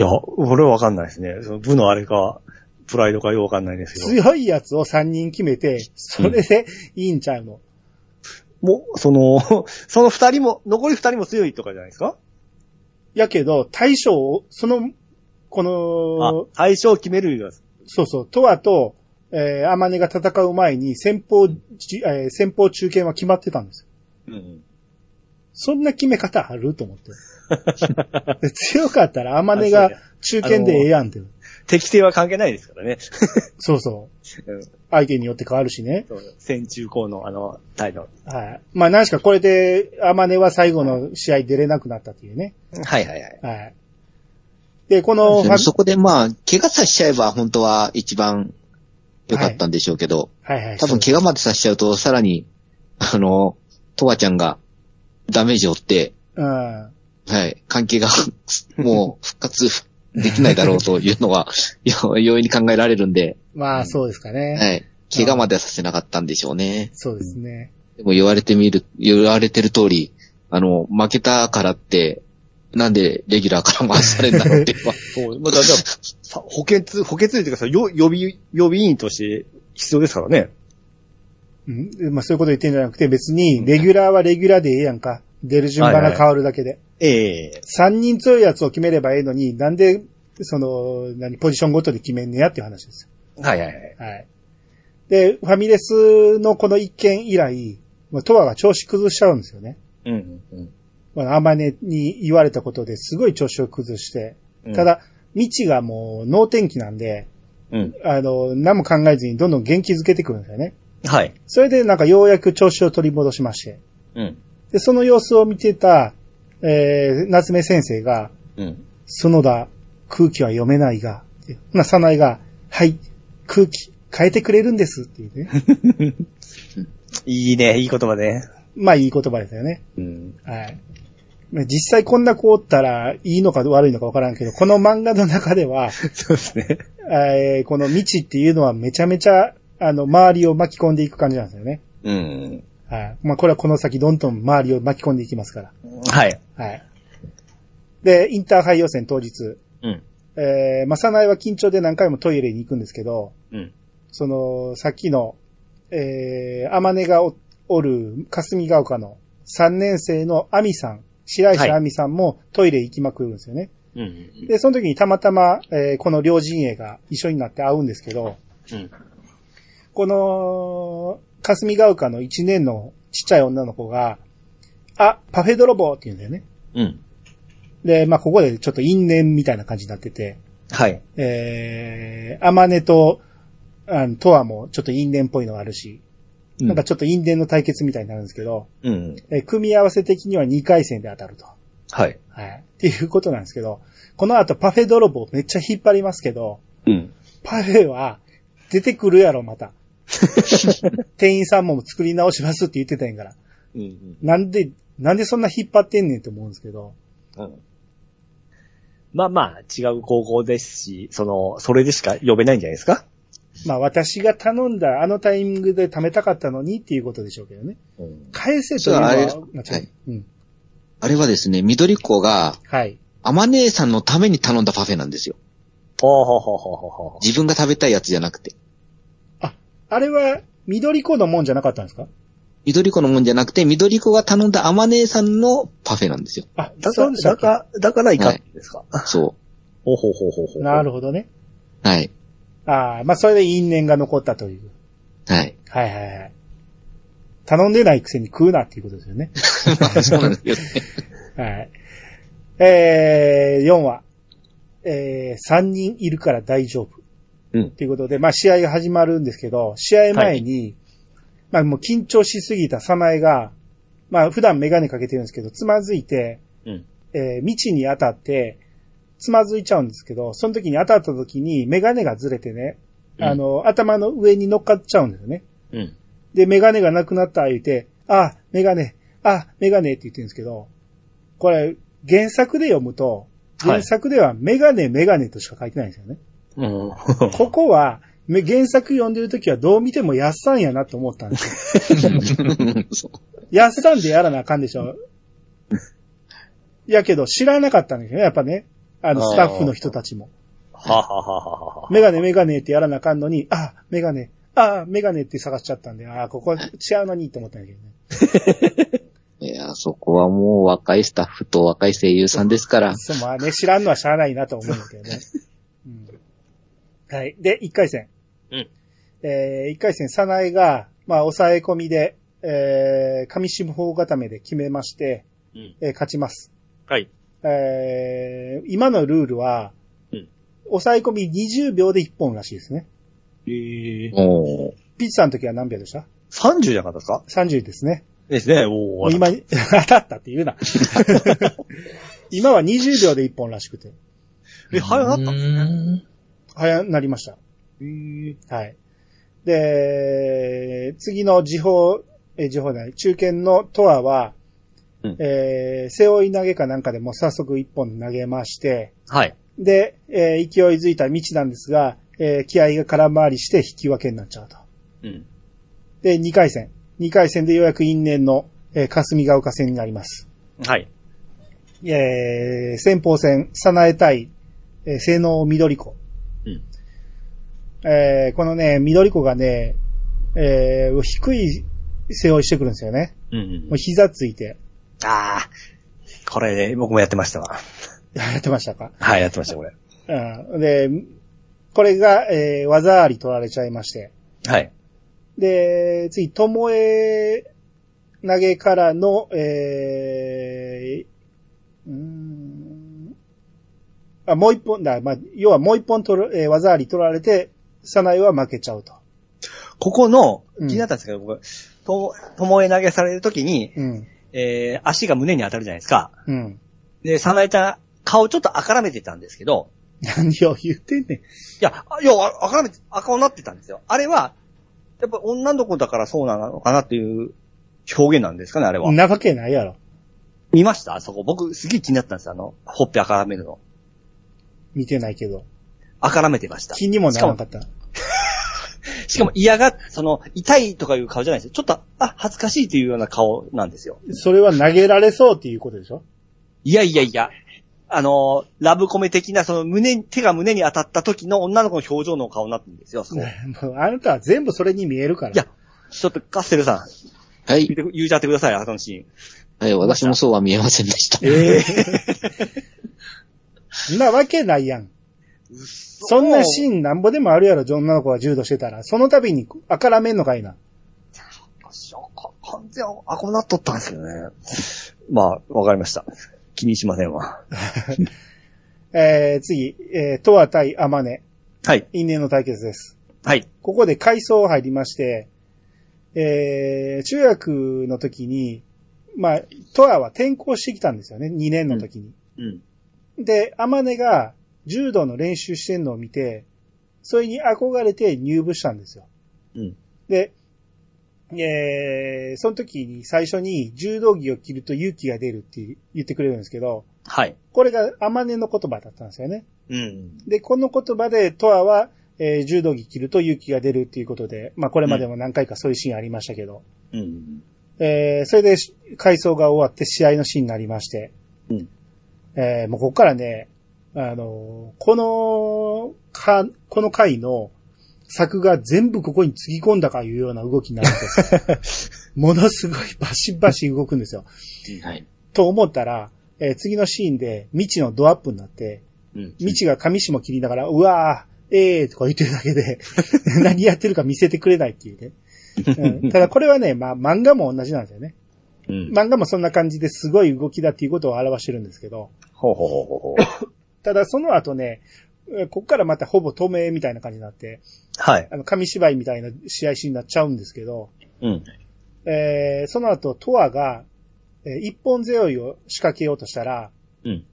[SPEAKER 2] や、俺はわかんないですね。その部のあれか、プライドかよくわかんないですけど。
[SPEAKER 1] 強いやつを3人決めて、それでいいんちゃうの。
[SPEAKER 2] もう、その、 その二人も、残り二人も強いとかじゃないですか
[SPEAKER 1] やけど、対象を、その、この
[SPEAKER 2] あ、、対象を決めるよ。
[SPEAKER 1] そうそう、とわと、えー、アマネが戦う前に、先方、じえー先方中堅は決まってたんですよ。
[SPEAKER 2] うん。
[SPEAKER 1] そんな決め方あると思って。 強かったらアマネが中堅でええやんって。
[SPEAKER 2] 適性は関係ないですからね。
[SPEAKER 1] そうそう。
[SPEAKER 2] うん
[SPEAKER 1] 相手によって変わるしね。
[SPEAKER 2] そう戦中高の、あの、態度。
[SPEAKER 1] はい。まあ、何しかこれで、アマネは最後の試合出れなくなったっていうね。
[SPEAKER 2] はいはいはい。
[SPEAKER 1] はい。で、このファ、
[SPEAKER 3] そこでまあ、怪我させちゃえば本当は一番良かったんでしょうけど、
[SPEAKER 1] はいはい。
[SPEAKER 3] 多分怪我までさせちゃうと、さらに、あの、とわちゃんがダメージを負って、
[SPEAKER 1] うん。
[SPEAKER 3] はい、関係が もう復活できないだろうというのは、よ容易に考えられるんで、
[SPEAKER 1] まあ、そうですかね。
[SPEAKER 3] はい、怪我まではさせなかったんでしょうね。
[SPEAKER 1] そうですね。
[SPEAKER 3] でも言われてみる、言われてる通り、あの、負けたからって、なんでレギュラーから回されるんだろうっていうのは
[SPEAKER 2] そう、まあ、だから、さ補欠、補欠というかさ、よ予備、予備員として必要ですからね。
[SPEAKER 1] うん。でまあ、そういうこと言ってんじゃなくて、別に、レギュラーはレギュラーでええやんか。出る順番が変わるだけで。
[SPEAKER 2] ええ
[SPEAKER 1] 3人強いやつを決めればええのに、なんで、その、何、ポジションごとに決めんねやっていう話です
[SPEAKER 2] はいはいはい。
[SPEAKER 1] よ。はい。で、ファミレスのこの一件以来、まあトアが調子崩しちゃうんですよね。
[SPEAKER 2] うんうん
[SPEAKER 1] まあ、アマネに言われたことですごい調子を崩して、
[SPEAKER 2] うん。
[SPEAKER 1] た、だ、未知がもう脳天気なんで、
[SPEAKER 2] うん。
[SPEAKER 1] あの、何も考えずにどんどん元気づけてくるんですよね。
[SPEAKER 2] はい。
[SPEAKER 1] それでなんかようやく調子を取り戻しまして。
[SPEAKER 2] うん。
[SPEAKER 1] で、その様子を見てた、えー、夏目先生が、
[SPEAKER 2] うん。
[SPEAKER 1] 園田、空気は読めないが、ってほな、さないが、はい、空気変えてくれるんですっていう ね。
[SPEAKER 2] いいね、いい言葉ね。
[SPEAKER 1] まあいい言葉ですよね。
[SPEAKER 2] うん。
[SPEAKER 1] はい。まあ実際こんな子おったらいいのか悪いのかわからんけど、この漫画の中で は、
[SPEAKER 2] そうですね。
[SPEAKER 1] えーこの未知っていうのはめちゃめちゃ、あの、周りを巻き込んでいく感じなんですよね。
[SPEAKER 2] うん。
[SPEAKER 1] はい。まあこれはこの先どんどん周りを巻き込んでいきますから。
[SPEAKER 2] はい。
[SPEAKER 1] はい。で、インターハイ予選当日。
[SPEAKER 2] うん。
[SPEAKER 1] えー、まさないは緊張で何回もトイレに行くんですけど、
[SPEAKER 2] うん。
[SPEAKER 1] その、さっきの、えー、アマネがおおる、霞ヶ丘の3年生のアミさん、白石
[SPEAKER 2] はい
[SPEAKER 1] アミさんもトイレ行きまくるんですよね。
[SPEAKER 2] うん。
[SPEAKER 1] で、その時にたまたま、えーこの両陣営が一緒になって会うんですけど、
[SPEAKER 2] うん。
[SPEAKER 1] この、霞ヶ丘の1年のちっちゃい女の子が、あ、パフェ泥棒って言うんだよね。
[SPEAKER 2] うん。
[SPEAKER 1] で、まあ、ここでちょっと因縁みたいな感じになってて、
[SPEAKER 2] はい。
[SPEAKER 1] えー、アマネと、あの、トアもちょっと因縁っぽいのがあるし、なんかちょっと因縁の対決みたいになるんですけど、
[SPEAKER 2] うん。
[SPEAKER 1] えー組み合わせ的には2回戦で当たると。
[SPEAKER 2] はい。
[SPEAKER 1] はい。っていうことなんですけど、この後パフェ泥棒めっちゃ引っ張りますけど、
[SPEAKER 2] うん。
[SPEAKER 1] パフェは出てくるやろ、また。店員さんも作り直しますって言ってたんやから。
[SPEAKER 2] うん。
[SPEAKER 1] なんで、なんでそんな引っ張ってんねんって思うんですけど。
[SPEAKER 2] うん。まあまあ、違う高校ですし、その、それでしか呼べないんじゃないですか
[SPEAKER 1] まあ私が頼んだあのタイミングで貯めたかったのにっていうことでしょうけどね。
[SPEAKER 2] うん。
[SPEAKER 1] 返せというのは
[SPEAKER 3] それはあ
[SPEAKER 1] 間違い
[SPEAKER 3] は
[SPEAKER 1] ないい。うん。
[SPEAKER 3] あれはですね、緑子が、
[SPEAKER 1] はい。
[SPEAKER 3] アマネーさんのために頼んだパフェなんですよ。
[SPEAKER 2] ほうほうほうほうほうほう。
[SPEAKER 3] 自分が食べたいやつじゃなくて。
[SPEAKER 1] あれは、緑子のもんじゃなかったんですか
[SPEAKER 3] 緑子のもんじゃなくて、緑子が頼んだアマネーさんのパフェなんですよ。
[SPEAKER 1] あ、
[SPEAKER 2] だ
[SPEAKER 1] そ
[SPEAKER 2] か
[SPEAKER 1] うで
[SPEAKER 2] ら、
[SPEAKER 1] した
[SPEAKER 2] だ
[SPEAKER 1] っけ
[SPEAKER 2] から、だからいかんですか、
[SPEAKER 3] そ
[SPEAKER 2] ほうほうほうほうほう。
[SPEAKER 1] なる
[SPEAKER 2] ほ
[SPEAKER 1] ほどね。
[SPEAKER 3] う。はい。
[SPEAKER 1] ああ、まあそれで因縁が残ったという。
[SPEAKER 3] はい。
[SPEAKER 1] はいはいはい。頼んでないくせに食うなっていうことですよね。
[SPEAKER 3] まあ、そうなんですよね。
[SPEAKER 1] はい。えー、4話。えー、3人いるから大丈夫。
[SPEAKER 2] うん
[SPEAKER 1] ということで、まあ試合が始まるんですけど、試合前に、まあもう緊張しすぎたサナエが、まあ普段メガネかけてるんですけど、つまずいて、
[SPEAKER 2] うん
[SPEAKER 1] えー、未知に当たって、つまずいちゃうんですけど、その時に当たった時にメガネがずれてね、あの、頭の上に乗っかっちゃうんですよね。
[SPEAKER 2] ど。うん。
[SPEAKER 1] で、メガネがなくなった言うて、あ、メガネ、あ、メガネって言ってるんですけど、これ、原作で読むと、原作ではメガネ、メガネとしか書いてないんですよね。
[SPEAKER 2] うん。
[SPEAKER 1] ここは、め原作読んでるときはどう見てもやっさんやなと思ったん ですよ。
[SPEAKER 3] そう
[SPEAKER 1] やっさんでやらなあかんでしょ。やけど、知らなかったんですよね、やっぱね。あの、
[SPEAKER 2] あー
[SPEAKER 1] スタッフの人たちも。
[SPEAKER 2] ははははは。
[SPEAKER 1] メガネ、メガネってやらなあかんのに、あ、メガネ、あ、メガネって探しちゃったんで、あ、ここ違うのにって思ったんだけどね。
[SPEAKER 3] いや、そこはもう若いスタッフと若い声優さんですから。
[SPEAKER 1] そう、まあね、知らんのはしゃあないなと思うんだけどね。うん、はい。で、1回戦。
[SPEAKER 2] うん
[SPEAKER 1] えー、1回戦、サナエが、まあ、抑え込みで、えー、上下方固めで決めまして、
[SPEAKER 2] うん
[SPEAKER 1] えー勝ちます。
[SPEAKER 2] はい。
[SPEAKER 1] えー、今のルールは、
[SPEAKER 2] うん
[SPEAKER 1] 抑え込み20秒で1本らしいですね。
[SPEAKER 2] ええ。
[SPEAKER 3] おー
[SPEAKER 1] ピッチさんの時は何秒でした
[SPEAKER 2] 30じゃなかったですか
[SPEAKER 1] ?30 ですね。
[SPEAKER 2] ですね。お
[SPEAKER 1] も
[SPEAKER 2] お
[SPEAKER 1] う。今に、 当たったって言う な。今は20秒で1本らしくて。
[SPEAKER 2] え、早かったんですね。
[SPEAKER 1] 早なりました。
[SPEAKER 2] ええ。
[SPEAKER 1] はい。で、次の時報、え、時報じゃない、中堅のトアは、
[SPEAKER 2] うん
[SPEAKER 1] えー背負い投げかなんかでもう早速一本投げまして、
[SPEAKER 2] はい。
[SPEAKER 1] で、えー勢いづいた道なんですが、えー気合が空回りして引き分けになっちゃうと。
[SPEAKER 2] うん。
[SPEAKER 1] で、2回戦。2回戦でようやく因縁の、えー霞ヶ丘戦になります。
[SPEAKER 2] はい。
[SPEAKER 1] えー先鋒戦、さなえ対、えー、性能緑子。
[SPEAKER 2] うん
[SPEAKER 1] えーこのね、緑子がね、えー低い背負いしてくるんですよね。
[SPEAKER 2] うん
[SPEAKER 1] もう。膝ついて。
[SPEAKER 2] ああ。これね、僕もやってましたわ。
[SPEAKER 1] やってましたか、
[SPEAKER 2] はい、やってました、これ。
[SPEAKER 1] うん、で、これが、えー技あり取られちゃいまして。
[SPEAKER 2] はい。
[SPEAKER 1] で、次、ともえ投げからの、えー、うーん、あ、もう一本だ、まあ、要はもう一本取る、えー技あり取られて、サナイは負けちゃうと。
[SPEAKER 2] ここの、
[SPEAKER 1] うん
[SPEAKER 2] 気になったんですけど、僕、とも、ともえ投げされるときに、
[SPEAKER 1] うん。
[SPEAKER 2] えー、足が胸に当たるじゃないですか。
[SPEAKER 1] うん。
[SPEAKER 2] で、サナエタ、顔ちょっとあからめてたんですけど、
[SPEAKER 1] 何を言ってんねん。
[SPEAKER 2] いや、あいや、ああからめて、赤になってたんですよ。あれは、やっぱ女の子だからそうなのかなっていう表現なんですかね、あれは
[SPEAKER 1] ん。なわけないやろ。
[SPEAKER 2] 見ましたあそこ。僕、すげえ気になったんですあの、ほっぺあからめるの。
[SPEAKER 1] 見てないけど。
[SPEAKER 2] あからめてました。
[SPEAKER 1] 気にもならなかった。
[SPEAKER 2] しかも嫌が、その、痛いとかいう顔じゃないですよ。ちょっと、あ、恥ずかしいというような顔なんですよ。
[SPEAKER 1] それは投げられそうっていうことでしょ
[SPEAKER 2] いやいやいや。あの、ラブコメ的な、その胸、手が胸に当たった時の女の子の表情の顔になってるんですよ、そこ。い
[SPEAKER 1] もうあなたは全部それに見えるから。
[SPEAKER 2] や、ちょっとカステルさん、
[SPEAKER 3] は
[SPEAKER 2] 言
[SPEAKER 3] い。
[SPEAKER 2] うて言うちゃってください、あのシーン。
[SPEAKER 3] はい、私もそうは見えませんでした。
[SPEAKER 1] んなわけないやん。そんなシーンなんぼでもあるやろ、女の子が柔道してたら。その度に、あからめんのかいな。
[SPEAKER 2] 私はか完全にあこうなっとったんですけどね。まあ、わかりました。気にしませんわ。
[SPEAKER 1] えー、次、えー、トア対アマネ、
[SPEAKER 2] はい。
[SPEAKER 1] 因縁の対決です。
[SPEAKER 2] はい。
[SPEAKER 1] ここで階層入りまして、えー、中学の時に、まあ、トアは転校してきたんですよね、2年の時に。
[SPEAKER 2] うん。
[SPEAKER 1] で、アマネが柔道の練習してんのを見て、それに憧れて入部したんですよ。
[SPEAKER 2] うん
[SPEAKER 1] で、えー、その時に最初に柔道着を着ると勇気が出るって言ってくれるんですけど、
[SPEAKER 2] はい。
[SPEAKER 1] これがアマネの言葉だったんですよね。
[SPEAKER 2] うん。
[SPEAKER 1] で、この言葉でトアは、えー柔道着着ると勇気が出るっていうことで、まあこれまでも何回かそういうシーンありましたけど、
[SPEAKER 2] うん。
[SPEAKER 1] えーそれでし回想が終わって試合のシーンになりまして、
[SPEAKER 2] うん
[SPEAKER 1] えーもうここからね、あのーこの、か、この回の作が全部ここにつぎ込んだかいうような動きになるんですよ。 ものすごいバシバシ動くんですよ。
[SPEAKER 3] はい。
[SPEAKER 1] と思ったら、えー次のシーンで未知のドアップになって、
[SPEAKER 2] うん。
[SPEAKER 1] 未知が紙芝切りながら、うわー、ええー、とか言ってるだけ で、何やってるか見せてくれないっていうね。うんただこれはね、まあ漫画も同じなんですよね。
[SPEAKER 2] うん。
[SPEAKER 1] 漫画もそんな感じですごい動きだっていうことを表してるんですけど、
[SPEAKER 2] ほうほうほうほうほ う。
[SPEAKER 1] ただその後ね、えーこっからまたほぼ透明みたいな感じになって、
[SPEAKER 2] はい。
[SPEAKER 1] あの、紙芝居みたいな試合シーンになっちゃうんですけど、
[SPEAKER 2] うん。
[SPEAKER 1] えー、その後、トアが、えー一本背負いを仕掛けようとしたら、
[SPEAKER 2] うん。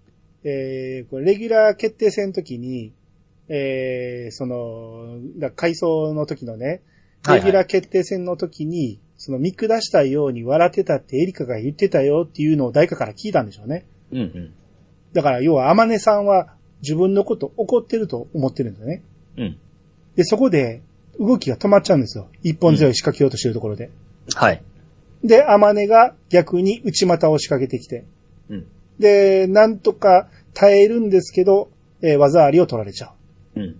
[SPEAKER 1] えーこれレギュラー決定戦の時に、えーその、だ階層の時のね、
[SPEAKER 2] はいはい
[SPEAKER 1] レギュラー決定戦の時に、その見下したように笑ってたってエリカが言ってたよっていうのを誰かから聞いたんでしょうね。
[SPEAKER 4] うんうん。
[SPEAKER 1] だから要は、天音さんは自分のこと怒ってると思ってるんだよね。
[SPEAKER 4] うん。
[SPEAKER 1] で、そこで動きが止まっちゃうんですよ。一本強い仕掛けようとしてるところで。
[SPEAKER 4] はい。
[SPEAKER 1] で、天音が逆に内股を仕掛けてきて。
[SPEAKER 4] うん
[SPEAKER 1] で、なんとか耐えるんですけど、えー技ありを取られちゃう。
[SPEAKER 4] うん。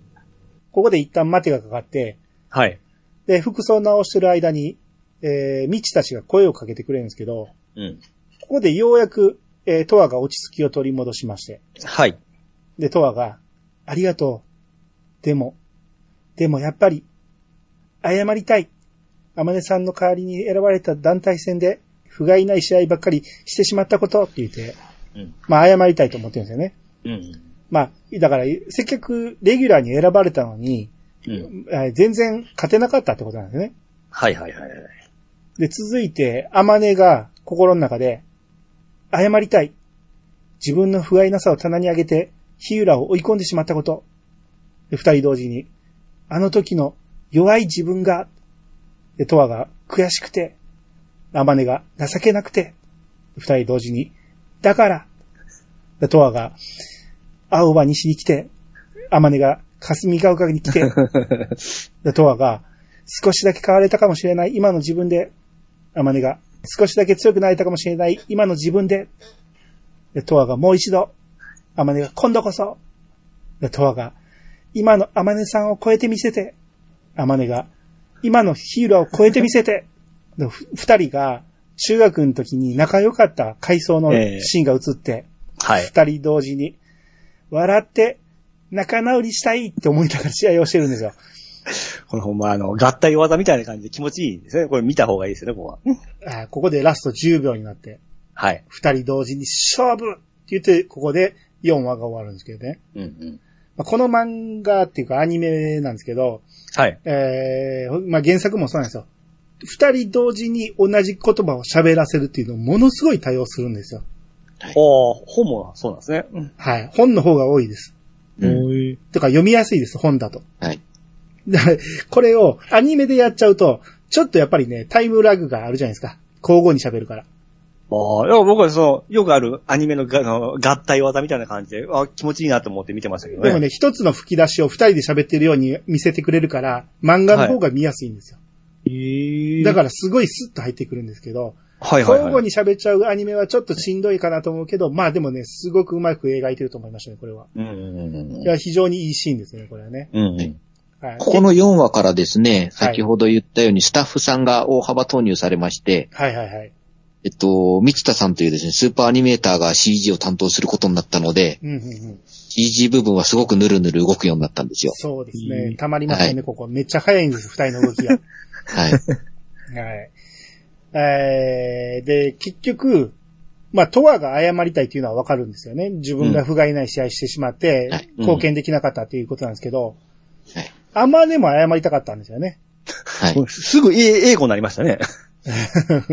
[SPEAKER 1] ここで一旦待てがかかって、
[SPEAKER 2] はい。
[SPEAKER 1] で、服装直してる間に、えー、ミチたちが声をかけてくれるんですけど、
[SPEAKER 4] うん。
[SPEAKER 1] ここでようやく、えー、トアが落ち着きを取り戻しまして、
[SPEAKER 2] はい。
[SPEAKER 1] で、トアが、ありがとう。でも、でもやっぱり、謝りたい。アマネさんの代わりに選ばれた団体戦で、不甲斐ない試合ばっかりしてしまったことって言って、
[SPEAKER 4] うん
[SPEAKER 1] まあ謝りたいと思ってるんですよね。
[SPEAKER 4] うん。
[SPEAKER 1] まあ、だから、せっかくレギュラーに選ばれたのに、
[SPEAKER 4] うん。
[SPEAKER 1] えー全然勝てなかったってことなんですね。
[SPEAKER 4] はいはいはいはい。
[SPEAKER 1] で、続いて、アマネが心の中で、謝りたい。自分の不甲斐なさを棚に上げて、日浦を追い込んでしまったこと。で、二人同時に、あの時の弱い自分が、で、トアが悔しくて、アマネが情けなくて、二人同時に、だから、で、トアが、青葉西に来て、アマネが霞ヶ丘に来 て、で、トアが、少しだけ変われたかもしれない今の自分で、アマネが、少しだけ強くなれたかもしれない今の自分で、で、トアがもう一度、アマネが今度こそ、で、トアが、今のアマネさんを超えてみせて、アマネが、今のヒーローを超えてみせて、で、ふ二人が、中学の時に仲良かった回想の
[SPEAKER 2] ええ
[SPEAKER 1] シーンが映って、
[SPEAKER 2] はい。
[SPEAKER 1] 二人同時に、笑って、仲直りしたいって思いながら試合をしてるんですよ。
[SPEAKER 2] これほんまあの、合体技みたいな感じで気持ちいいですね。これ見た方がいいですよね、ここは。
[SPEAKER 1] あーここでラスト10秒になって、
[SPEAKER 2] はい。
[SPEAKER 1] 二人同時に勝負って言って、ここで4話が終わるんですけどね。
[SPEAKER 4] うんうん。
[SPEAKER 1] まあこの漫画っていうかアニメなんですけど、
[SPEAKER 2] はい。
[SPEAKER 1] えー、まあ、原作もそうなんですよ。二人同時に同じ言葉を喋らせるっていうのをものすごい多用するんですよ。
[SPEAKER 2] ほう、本もそうなんですね。うん
[SPEAKER 1] はい。本の方が多いです。
[SPEAKER 3] うん。
[SPEAKER 1] とか読みやすいです、本だと。
[SPEAKER 3] はい。
[SPEAKER 1] だから これをアニメでやっちゃうと、ちょっとやっぱりね、タイムラグがあるじゃないですか。交互に喋るから。
[SPEAKER 2] ああ、いや僕はその、よくあるアニメのがあの合体技みたいな感じで、あ気持ちいいなと思って見てましたけどね。
[SPEAKER 1] でもね、一つの吹き出しを二人で喋ってるように見せてくれるから、漫画の方が見やすいんですよ。だからすごいスッと入ってくるんですけど、
[SPEAKER 2] はいはい
[SPEAKER 1] 交
[SPEAKER 2] はい。
[SPEAKER 1] 互に喋っちゃうアニメはちょっとしんどいかなと思うけど、まあでもね、すごくうまく描いてると思いましたね、これは。
[SPEAKER 4] うんうんうん
[SPEAKER 1] いや、非常にいいシーンですね、これはね。
[SPEAKER 4] うんうん。
[SPEAKER 1] はい。
[SPEAKER 3] ここの4話からですね、
[SPEAKER 1] はい
[SPEAKER 3] 先ほど言ったようにスタッフさんが大幅投入されまして、
[SPEAKER 1] はいはいはい。
[SPEAKER 3] えっと、三田さんというですね、スーパーアニメーターが CG を担当することになったので、
[SPEAKER 1] うんうんうん。
[SPEAKER 3] CG 部分はすごくぬるぬる動くようになったんですよ。
[SPEAKER 1] そうです
[SPEAKER 2] う
[SPEAKER 1] ね。
[SPEAKER 2] ん
[SPEAKER 1] たまりましたね、
[SPEAKER 3] は
[SPEAKER 1] ここ。めっちゃ早いんです、二人の動きが。
[SPEAKER 3] はい。
[SPEAKER 1] はい。えー、で、結局、まあ、トアが謝りたいっていうのはわかるんですよね。自分が不甲斐ない試合してしまって
[SPEAKER 3] はい、うん
[SPEAKER 1] 貢献できなかったということなんですけど、
[SPEAKER 3] はい
[SPEAKER 1] あまでも謝りたかったんですよね。
[SPEAKER 3] はい。
[SPEAKER 2] すぐ英英語になりました ね。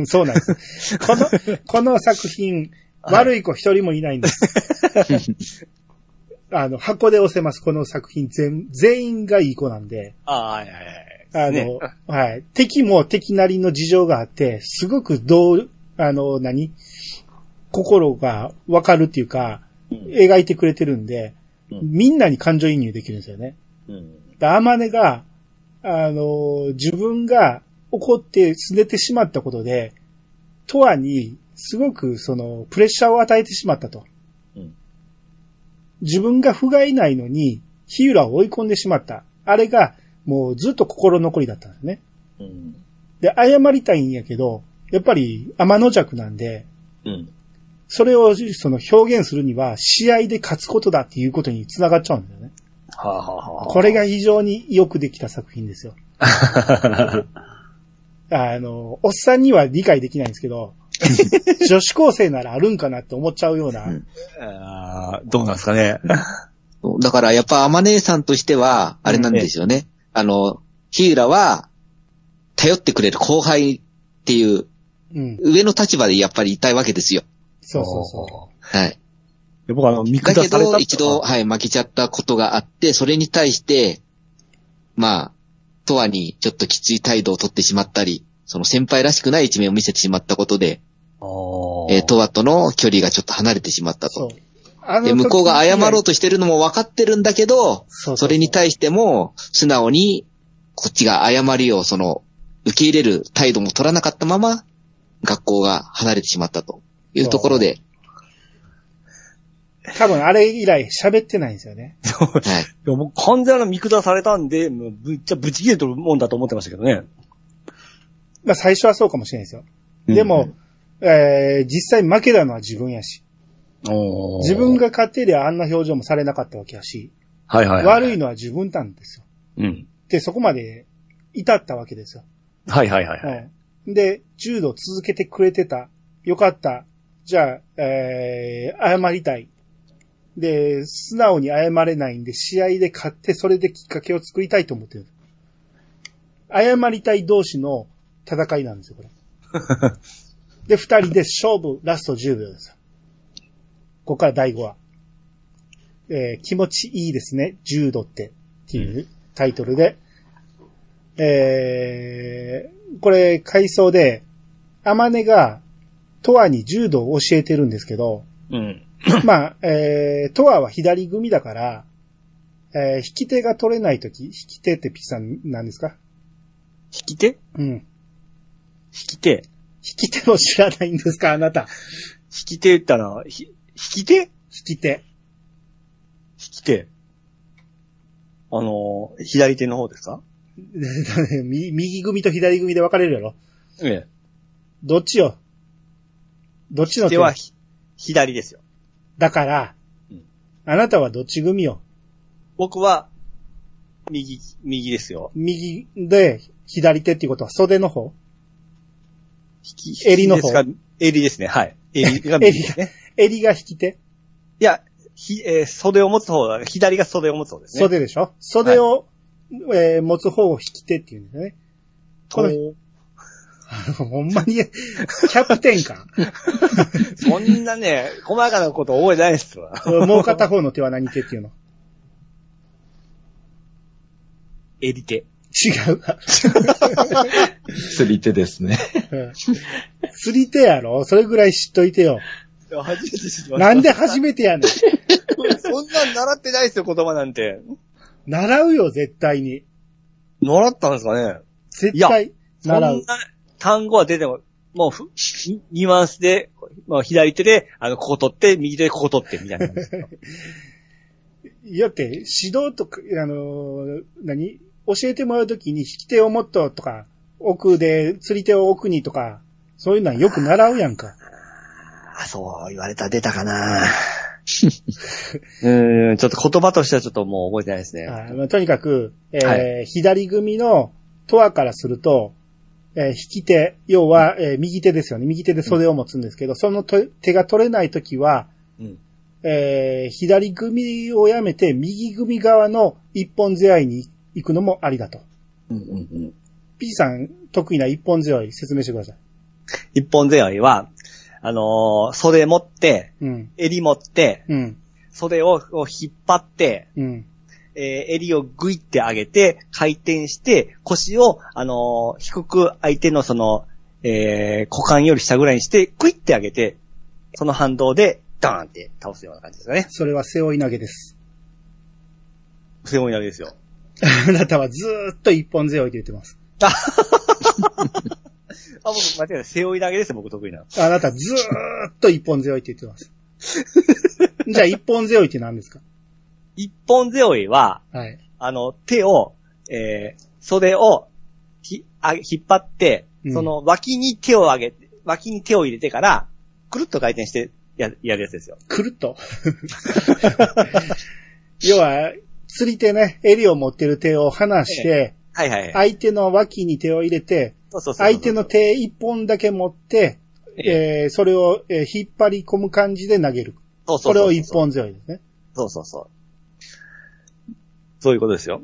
[SPEAKER 1] そうなんです。この、 この作品、悪い子一人もいないんです。 あの、箱で押せます、この作品全、全員がいい子なんで。
[SPEAKER 2] ああ、はいはいはい。
[SPEAKER 1] あの、
[SPEAKER 2] ね
[SPEAKER 1] はい。敵も敵なりの事情があって、すごくどう、あの、何心がわかるっていうか、描いてくれてるんで、
[SPEAKER 4] うん
[SPEAKER 1] みんなに感情移入できるんですよね。
[SPEAKER 4] うん
[SPEAKER 1] だアマネが、あの、自分が怒って拗ねてしまったことで、トアにすごくその、プレッシャーを与えてしまったと。
[SPEAKER 4] うん
[SPEAKER 1] 自分が不甲斐ないのに、ヒ浦を追い込んでしまった。あれが、もうずっと心残りだったんですね。
[SPEAKER 4] うん。
[SPEAKER 1] で、謝りたいんやけど、やっぱり天の弱なんで、
[SPEAKER 4] うん。
[SPEAKER 1] それをその表現するには、試合で勝つことだっていうことに繋がっちゃうんだよね。
[SPEAKER 4] はあはあはあ。
[SPEAKER 1] これが非常によくできた作品ですよ。あの、おっさんには理解できないんですけ ど、女子高生ならあるんかなって思っちゃうような、
[SPEAKER 3] うん
[SPEAKER 2] ああ、どうなんですかね。
[SPEAKER 3] だからやっぱ、アマネさんとしては、あれなんですよね。あの、ヒーラは、頼ってくれる後輩っていう、
[SPEAKER 1] うん。
[SPEAKER 3] 上の立場でやっぱりいたいわけですよ。
[SPEAKER 1] そうそうそう。
[SPEAKER 3] はい。
[SPEAKER 2] う。僕あの、見下
[SPEAKER 3] だけ
[SPEAKER 2] された
[SPEAKER 3] ど、一度、。はい、負けちゃったことがあって、それに対して、まあ、トアにちょっときつい態度を取ってしまったり、その先輩らしくない一面を見せてしまったことで、
[SPEAKER 2] あ
[SPEAKER 3] えー、トワとの距離がちょっと離れてしまった
[SPEAKER 1] そう
[SPEAKER 3] と。。で、向こうが謝ろう
[SPEAKER 1] と、
[SPEAKER 3] としてるのも分かってるんだけど、
[SPEAKER 1] そ
[SPEAKER 3] それに対しても、素直に、こっちが謝りを、その、受け入れる態度も取らなかったまま、学校が離れてしまったというところで、
[SPEAKER 1] 多分あれ以来喋ってないんですよね。
[SPEAKER 3] はい。
[SPEAKER 2] いや、もう完全な見下されたんで、もうぶっちゃぶち切れとるもんだと思ってましたけどね。
[SPEAKER 1] まあ最初はそうかもしれないですよ。でも、えー実際負けたのは自分やし。自分が勝手であんな表情もされなかったわけやし、
[SPEAKER 2] はいはい、
[SPEAKER 1] 悪
[SPEAKER 2] い。
[SPEAKER 1] いのは自分なんですよ。
[SPEAKER 2] うん。
[SPEAKER 1] で、そこまで至ったわけですよ。
[SPEAKER 2] はいはいはい。はい、
[SPEAKER 1] うんで、柔道続けてくれてた。よかった。じゃあ、えー、謝りたい。で、素直に謝れないんで、試合で勝って、それできっかけを作りたいと思ってる。謝りたい同士の戦いなんですよ、これ。 で、二人で勝負、ラスト10秒ですよ。ここから第5話。えー、気持ちいいですね、柔道って。っていうタイトルで。えー、これ、回想で、アマネが、トアに柔道を教えてるんですけ ど、
[SPEAKER 2] うん。
[SPEAKER 1] まあ、えー、トアは左組だから、えー、引き手が取れないとき、引き手ってピッチさんなんですか
[SPEAKER 2] 引き手引
[SPEAKER 1] うん。引
[SPEAKER 2] き手。
[SPEAKER 1] き手を知らないんですかあなた。
[SPEAKER 2] 引き手ったら、ひ引き手引
[SPEAKER 1] 引き手。
[SPEAKER 2] き手。あのー左手の方ですか
[SPEAKER 1] 右右組と左組で分かれるやろ。
[SPEAKER 2] ええ。
[SPEAKER 1] どっちよ。どっちの
[SPEAKER 2] 手はひ左ですよ。
[SPEAKER 1] だから
[SPEAKER 2] うん、
[SPEAKER 1] あなたはどっち組よ。
[SPEAKER 2] 僕は、右、右ですよ。
[SPEAKER 1] 右で、左手っていうことは袖の方
[SPEAKER 2] 引き
[SPEAKER 1] 襟の方
[SPEAKER 2] ですか襟ですね、はい。襟が
[SPEAKER 1] 襟
[SPEAKER 2] 右ですね。
[SPEAKER 1] 襟が引き手
[SPEAKER 2] いや、ひ、えー袖を持つ方だ、左が袖を持つ方ですね。
[SPEAKER 1] 袖でしょ袖を、えー持つ方を引き手っていうんですね。 この
[SPEAKER 2] と
[SPEAKER 1] ほんまに、キャプテン か。
[SPEAKER 2] そん なね、細かなこと覚えてないですわ。
[SPEAKER 1] もう片方の手は何手っていうの
[SPEAKER 2] 襟手。
[SPEAKER 1] 違うわ。
[SPEAKER 4] 釣り手ですね。
[SPEAKER 1] うん釣り手やろそれぐらい知っといてよ。
[SPEAKER 2] 初めて知りました。
[SPEAKER 1] なんで初めてやねん。
[SPEAKER 2] そんなん習ってないですよ、言葉なんて。
[SPEAKER 1] 習うよ、絶対に。
[SPEAKER 2] 習ったんですかね
[SPEAKER 1] 絶対、
[SPEAKER 2] そん
[SPEAKER 1] 習
[SPEAKER 2] な
[SPEAKER 1] う。
[SPEAKER 2] 単語は出ても、もうふ、ニュアンスで、まあ、左手で、あの、ここ取って、右手でここ取って、みた いな感じ。
[SPEAKER 1] よって、指導とか、あのー何教えてもらうときに引き手をもっととか、奥で、釣り手を奥にとか、そういうのはよく習うやんか。
[SPEAKER 2] あ、そう言われたら出た かなうーん、ちょっと言葉としてはちょっともう覚えてないですね。
[SPEAKER 1] あまあとにかく、えー
[SPEAKER 2] は
[SPEAKER 1] 左組のトアからすると、えー引き手、要は、えー右手ですよね。右手で袖を持つんですけど、そのと手が取れないときは、
[SPEAKER 2] うん
[SPEAKER 1] えー左組をやめて、右組側の一本背合いに行くのもありだと。
[SPEAKER 2] うんうんうん、
[SPEAKER 1] P さん得意な一本背負い説明してください。
[SPEAKER 2] 一本背負いは、あのー袖持って、
[SPEAKER 1] うん。
[SPEAKER 2] 襟持って、
[SPEAKER 1] うん。
[SPEAKER 2] 袖をを引っ張って、
[SPEAKER 1] うん。
[SPEAKER 2] えー襟をグイって上げて、回転して、腰を、あのー低く相手のその、えー股間より下ぐらいにして、グイって上げて、その反動で、ダーンって倒すような感じですかね。
[SPEAKER 1] それは背負い投げです。
[SPEAKER 2] 背負い投げですよ。
[SPEAKER 1] あなたはずーっと一本背負いと言ってます。
[SPEAKER 2] あ、僕、間違えた。背負い投げですよ、僕得意な。
[SPEAKER 1] あなたずーっと一本背負いって言ってます。じゃあ一本背負いって何ですか
[SPEAKER 2] 一本背負いは、
[SPEAKER 1] はい。
[SPEAKER 2] あの、手を、えー袖を、ひ、あ、引っ張って
[SPEAKER 1] う、ん
[SPEAKER 2] その脇に手を上げて、脇に手を入れてから、くるっと回転してや、やるやつですよ。
[SPEAKER 1] くるっ と。要は、釣り手ね、襟を持ってる手を離して、
[SPEAKER 2] はいはいはい。
[SPEAKER 1] 相手の脇に手を入れて、
[SPEAKER 2] そうそうそうそう
[SPEAKER 1] 相手の手一本だけ持って、えーそれを、えー引っ張り込む感じで投げる。
[SPEAKER 2] そうそ
[SPEAKER 1] こ
[SPEAKER 2] うそう
[SPEAKER 1] れ
[SPEAKER 2] そう
[SPEAKER 1] を一。本背負いですね。
[SPEAKER 2] そうそうそう。そういうことですよ。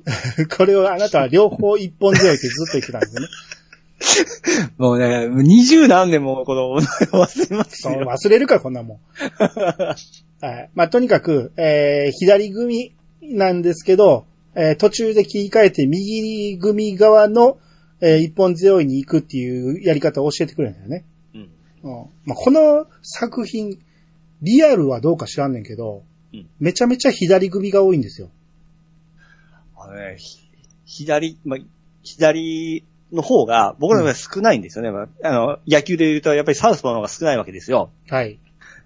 [SPEAKER 1] これをあなたは両方一本背負いってずっと言ってたんですよね。
[SPEAKER 2] もうね、二十何年もこの、忘れます
[SPEAKER 1] そう、。忘れるか、こんな もん。はい。まあ、とにかく、えー、左組なんですけど、えー途中で切り替えて右組側の、えー一本背負いに行くっていうやり方を教えてくれるんだよね。
[SPEAKER 2] うん。
[SPEAKER 1] うん。まあ、この作品、リアルはどうか知らんねんけど、
[SPEAKER 2] うん
[SPEAKER 1] めちゃめちゃ左組が多いんですよ。
[SPEAKER 2] あのねひ左、まあ、左の方が僕らの場合少ないんですよね。まああの、野球で言うとやっぱりサウスポーの方が少ないわけですよ。
[SPEAKER 1] はい。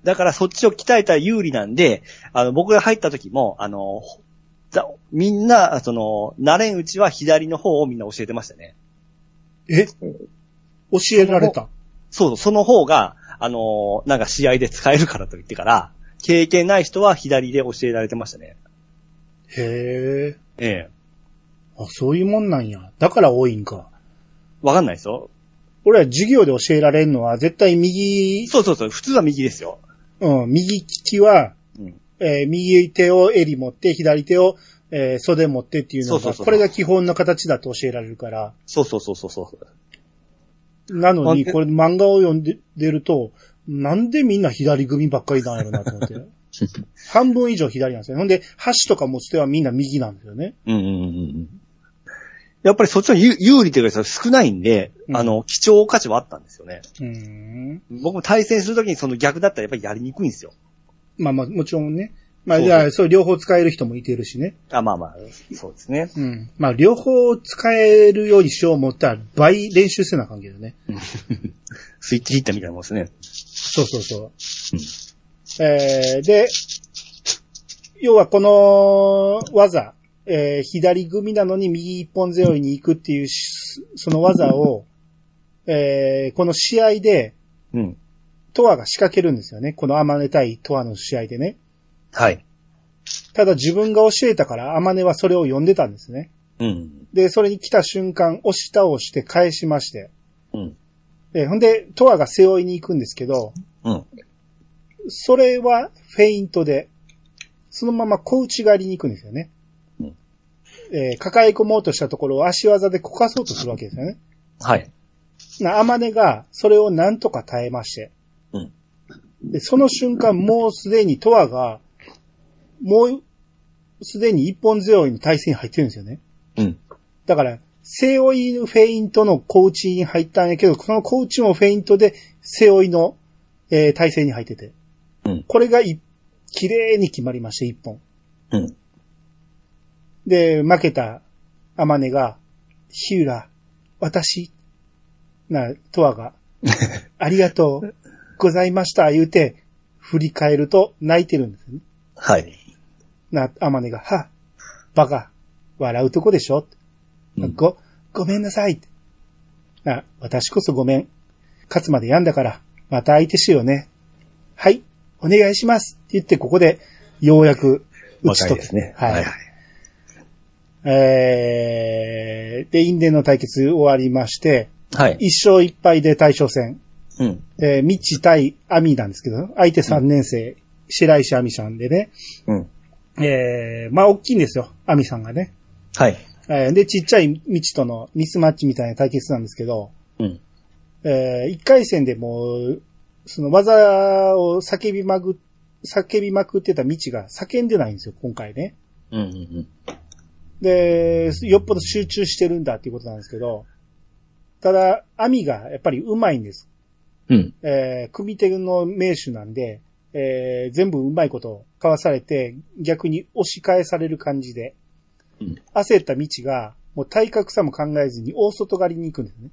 [SPEAKER 2] だからそっちを鍛えたら有利なんで、あの、僕が入った時も、あの、ざみんな、その、慣れんうちは左の方をみんな教えてましたね。
[SPEAKER 1] え教えられた。
[SPEAKER 2] そうそう、その方が、あの、なんか試合で使えるからと言ってから、経験ない人は左で教えられてましたね。
[SPEAKER 1] へえ。
[SPEAKER 2] ええ。
[SPEAKER 1] あ、そういうもんなんや。だから多いんか。
[SPEAKER 2] わかんないですよ。
[SPEAKER 1] 俺は授業で教えられるのは絶対右、
[SPEAKER 2] そうそうそう、普通は右ですよ。
[SPEAKER 1] うん、右利きは、
[SPEAKER 2] うん
[SPEAKER 1] えー右手を襟持って、左手を、えー袖持ってっていうの
[SPEAKER 2] そうそう
[SPEAKER 1] が、
[SPEAKER 2] そう
[SPEAKER 1] これが基本の形だと教えられるから。
[SPEAKER 2] そうそうそうそうそう。
[SPEAKER 1] なのに、
[SPEAKER 2] あで
[SPEAKER 1] これ漫画を読んででると、なんでみんな左組ばっかりなんやろなと思 って。半分以上左なんですよ。ほんで、箸とか持つ手はみんな右なんですよね。
[SPEAKER 2] うんうんうんうん。やっぱりそっちの有有利というか少ないんで、
[SPEAKER 1] うん
[SPEAKER 2] あの、貴重価値はあったんですよね。
[SPEAKER 1] うーん。
[SPEAKER 2] 僕も対戦するときにその逆だったらやっぱりやりにくいんですよ。
[SPEAKER 1] まあまあ、もちろんね。まあ、
[SPEAKER 2] そう
[SPEAKER 1] じ
[SPEAKER 2] そう
[SPEAKER 1] ゃあ、そう、両方使える人もいてるしね。
[SPEAKER 2] あ、まあまあ、そうですね。
[SPEAKER 1] うん。まあ、両方使えるようにしよう思ったら、倍練習せなあかんけどね。
[SPEAKER 2] スイッチヒッターみたいなもんですね。
[SPEAKER 1] そうそうそう。えー、で、要はこの技、えー左組なのに右一本背負いに行くっていうし、その技を、えーこの試合で、
[SPEAKER 2] うん。
[SPEAKER 1] トアが仕掛けるんですよね。このアマネ対トアの試合でね。
[SPEAKER 2] はい。
[SPEAKER 1] ただ自分が教えたからアマネはそれを読んでたんですね。
[SPEAKER 2] うん。
[SPEAKER 1] で、それに来た瞬間、押し倒して返しまして。
[SPEAKER 2] うん。
[SPEAKER 1] えーほんで、トアが背負いに行くんですけど、
[SPEAKER 2] うん。
[SPEAKER 1] それはフェイントで、そのまま小内刈りに行くんですよね。
[SPEAKER 2] うん
[SPEAKER 1] えー抱え込もうとしたところを足技でこかそうとするわけですよね。
[SPEAKER 2] はい。
[SPEAKER 1] な、アマネがそれをなんとか耐えまして。
[SPEAKER 2] うん
[SPEAKER 1] で、その瞬間もうすでにトアが、もうすでに一本背負いの体勢に入ってるんですよね。
[SPEAKER 2] うん。
[SPEAKER 1] だから、背負いのフェイントの小内に入ったんやけど、その小内もフェイントで背負いの、えー体勢に入ってて。
[SPEAKER 2] うん
[SPEAKER 1] これがい、綺麗に決まりまして、一本。
[SPEAKER 2] うん。
[SPEAKER 1] で、負けたアマネが、ヒューラ、私、な、トアが、ありがとうございました、言うて、振り返ると泣いてるんですよね。
[SPEAKER 2] はい。
[SPEAKER 1] な、アマネが、は、バカ、笑うとこでしょ、
[SPEAKER 2] うん
[SPEAKER 1] ご、ごめんなさい。な、私こそごめん。勝つまで病んだから、また相手しようね。はい、お願いしますって言って、ここで、ようやく、打ち解
[SPEAKER 2] 若いで
[SPEAKER 1] く。
[SPEAKER 2] すね。
[SPEAKER 1] はい
[SPEAKER 2] はい。
[SPEAKER 1] えー、で、因縁の対決終わりまして、
[SPEAKER 2] はい。
[SPEAKER 1] 一勝一敗で大将戦。
[SPEAKER 2] うん。
[SPEAKER 1] えー、ミッチ対アミなんですけど、相手3年生、白石アミさんでね。
[SPEAKER 2] うん。
[SPEAKER 1] えー、まあ、大きいんですよ、アミさんがね。
[SPEAKER 2] はい。
[SPEAKER 1] えー、で、ちっちゃいミチとのミスマッチみたいな対決なんですけど、
[SPEAKER 2] うん。
[SPEAKER 1] え1回戦でもう、その技を叫びまぐ、叫びまくってたミチが叫んでないんですよ、今回ね。
[SPEAKER 2] うんうん
[SPEAKER 1] で、よっぽど集中してるんだっていうことなんですけど、ただ、アミがやっぱり上手いんです。
[SPEAKER 2] うん。
[SPEAKER 1] えー組手の名手なんで、えー全部上手いことかわされて、逆に押し返される感じで、
[SPEAKER 2] うん
[SPEAKER 1] 焦った道が、もう体格差も考えずに大外刈りに行くんですね。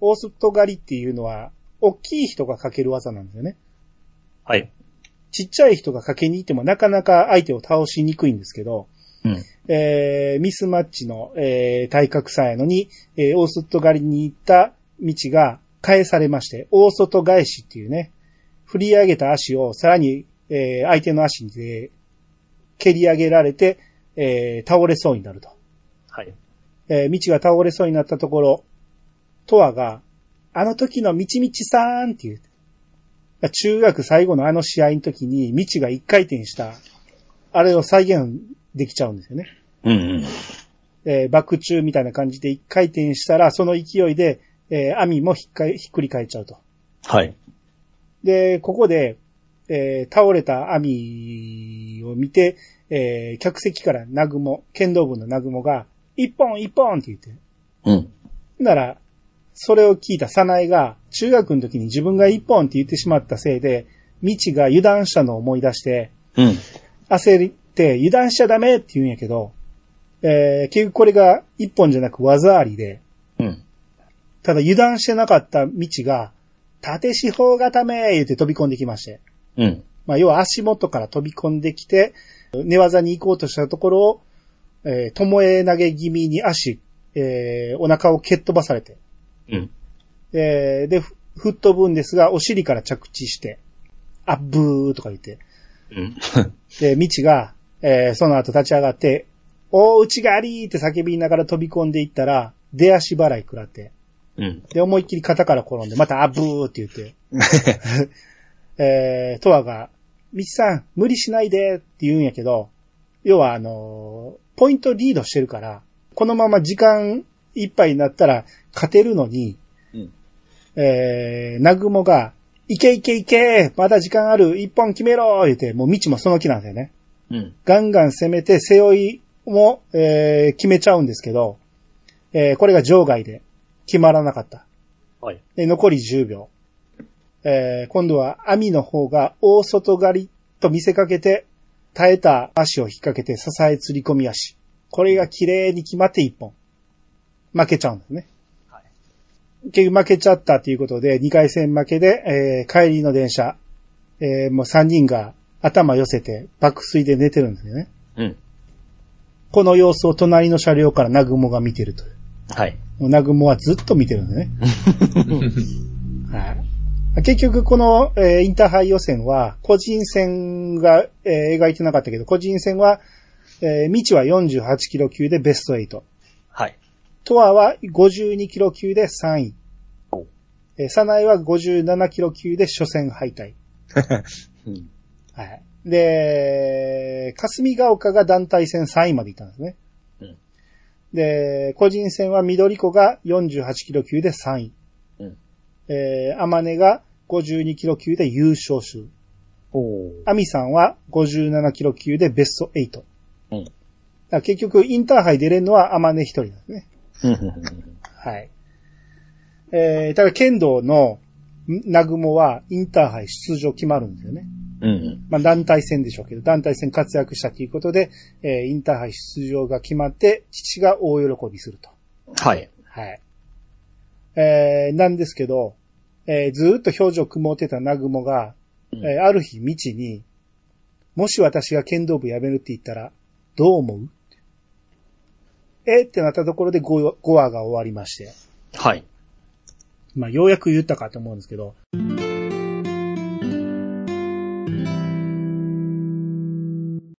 [SPEAKER 1] 大外刈りっていうのは、大きい人がかける技なんですよね。
[SPEAKER 2] はい。
[SPEAKER 1] ちっちゃい人がかけに行ってもなかなか相手を倒しにくいんですけど、
[SPEAKER 2] うん
[SPEAKER 1] えーミスマッチの、えー体格差やのに、えー大外刈りに行った道が返されまして、大外返しっていうね、振り上げた足をさらに、えー相手の足で蹴り上げられて、えー倒れそうになると。
[SPEAKER 2] はい。
[SPEAKER 1] えー、道が倒れそうになったところ、トアが、あの時の道道さーんって言う。中学最後のあの試合の時に、道が一回転した、あれを再現できちゃうんですよね。
[SPEAKER 2] うんうん。
[SPEAKER 1] えーバック中みたいな感じで一回転したら、その勢いで、えー、網もひっかいひっくり返っちゃうと。
[SPEAKER 2] はい。
[SPEAKER 1] で、ここで、えー倒れた網を見て、えー客席から南雲、剣道部の南雲が、一本一本って言って、
[SPEAKER 3] うん。
[SPEAKER 1] なら、それを聞いたサナエが、中学の時に自分が一本って言ってしまったせいで、未知が油断したのを思い出して、
[SPEAKER 3] うん。
[SPEAKER 1] 焦って、油断しちゃダメって言うんやけど、えー、結局これが一本じゃなく技ありで、
[SPEAKER 3] うん。
[SPEAKER 1] ただ油断してなかった道が、縦四方固め言って飛び込んできまして。
[SPEAKER 3] うん。
[SPEAKER 1] まあ、要は足元から飛び込んできて、寝技に行こうとしたところを、えー、ともえ投げ気味に足、えー、お腹を蹴っ飛ばされて。
[SPEAKER 3] うん。
[SPEAKER 1] えー、で、ふ吹っ飛ぶんですが、お尻から着地して、あっぶーとか言って。
[SPEAKER 3] うん。
[SPEAKER 1] で、未知が、えー、その後立ち上がって、おうちがありーって叫びながら飛び込んでいったら、出足払い食らって。
[SPEAKER 3] うん。
[SPEAKER 1] で、思いっきり肩から転んで、またあぶーって言って。えー、トアが、みちさん、無理しないでって言うんやけど、要はあのーポイントリードしてるから、このまま時間いっぱいになったら勝てるのに、
[SPEAKER 5] うん
[SPEAKER 1] えー、ナグモが、いけいけいけまだ時間ある一本決めろ言って、もうみちもその気なんだよね。
[SPEAKER 3] うん。
[SPEAKER 1] ガンガン攻めて、背負いも、えー決めちゃうんですけど、えーこれが場外で決まらなかった。
[SPEAKER 2] はい。
[SPEAKER 1] で、残り10秒。えー今度は網の方が大外刈りと見せかけて、耐えた足を引っ掛けて支え釣り込み足。これが綺麗に決まって1本。負けちゃうんですね。結局負けちゃったということで、2回戦負けで、えー帰りの電車、えーもう3人が頭寄せて爆睡で寝てるんですよね。
[SPEAKER 3] うん。
[SPEAKER 1] この様子を隣の車両からナグモが見てるという。
[SPEAKER 3] はい。
[SPEAKER 1] もうナグモはずっと見てるんですね。はい。結局この、えーインターハイ予選は、個人戦が、えー描いてなかったけど、個人戦は、えー、未知は48キロ級でベスト8。
[SPEAKER 2] はい。
[SPEAKER 1] トアは52キロ級で3位。えーサナエは57キロ級で初戦敗 退。
[SPEAKER 3] ん
[SPEAKER 1] はい。で、霞ヶ丘が団体戦3位までいったんですね。
[SPEAKER 3] うん
[SPEAKER 1] で、個人戦は緑子が48キロ級で3位。
[SPEAKER 3] うん
[SPEAKER 1] えー、天音が52キロ級で優勝手。
[SPEAKER 3] お
[SPEAKER 1] アミさんは57キロ級でベスト8。
[SPEAKER 3] うん
[SPEAKER 1] だから結局、インターハイ出れるのは天音一人なんですね。はい。えー、ただ剣道のん南雲はインターハイ出場決まるんですよね。
[SPEAKER 3] うん。
[SPEAKER 1] まあ団体戦でしょうけど、団体戦活躍したということで、えーインターハイ出場が決まって、父が大喜びすると。
[SPEAKER 3] はい。
[SPEAKER 1] はい。えー、なんですけど、えーずーっと表情曇ってた南雲が、
[SPEAKER 3] うん
[SPEAKER 1] えーある日未知に、もし私が剣道部辞めるって言ったら、どう思うえーってなったところで 5, 5話が終わりまして。
[SPEAKER 3] はい。
[SPEAKER 1] まあ、ようやく言ったかと思うんですけど、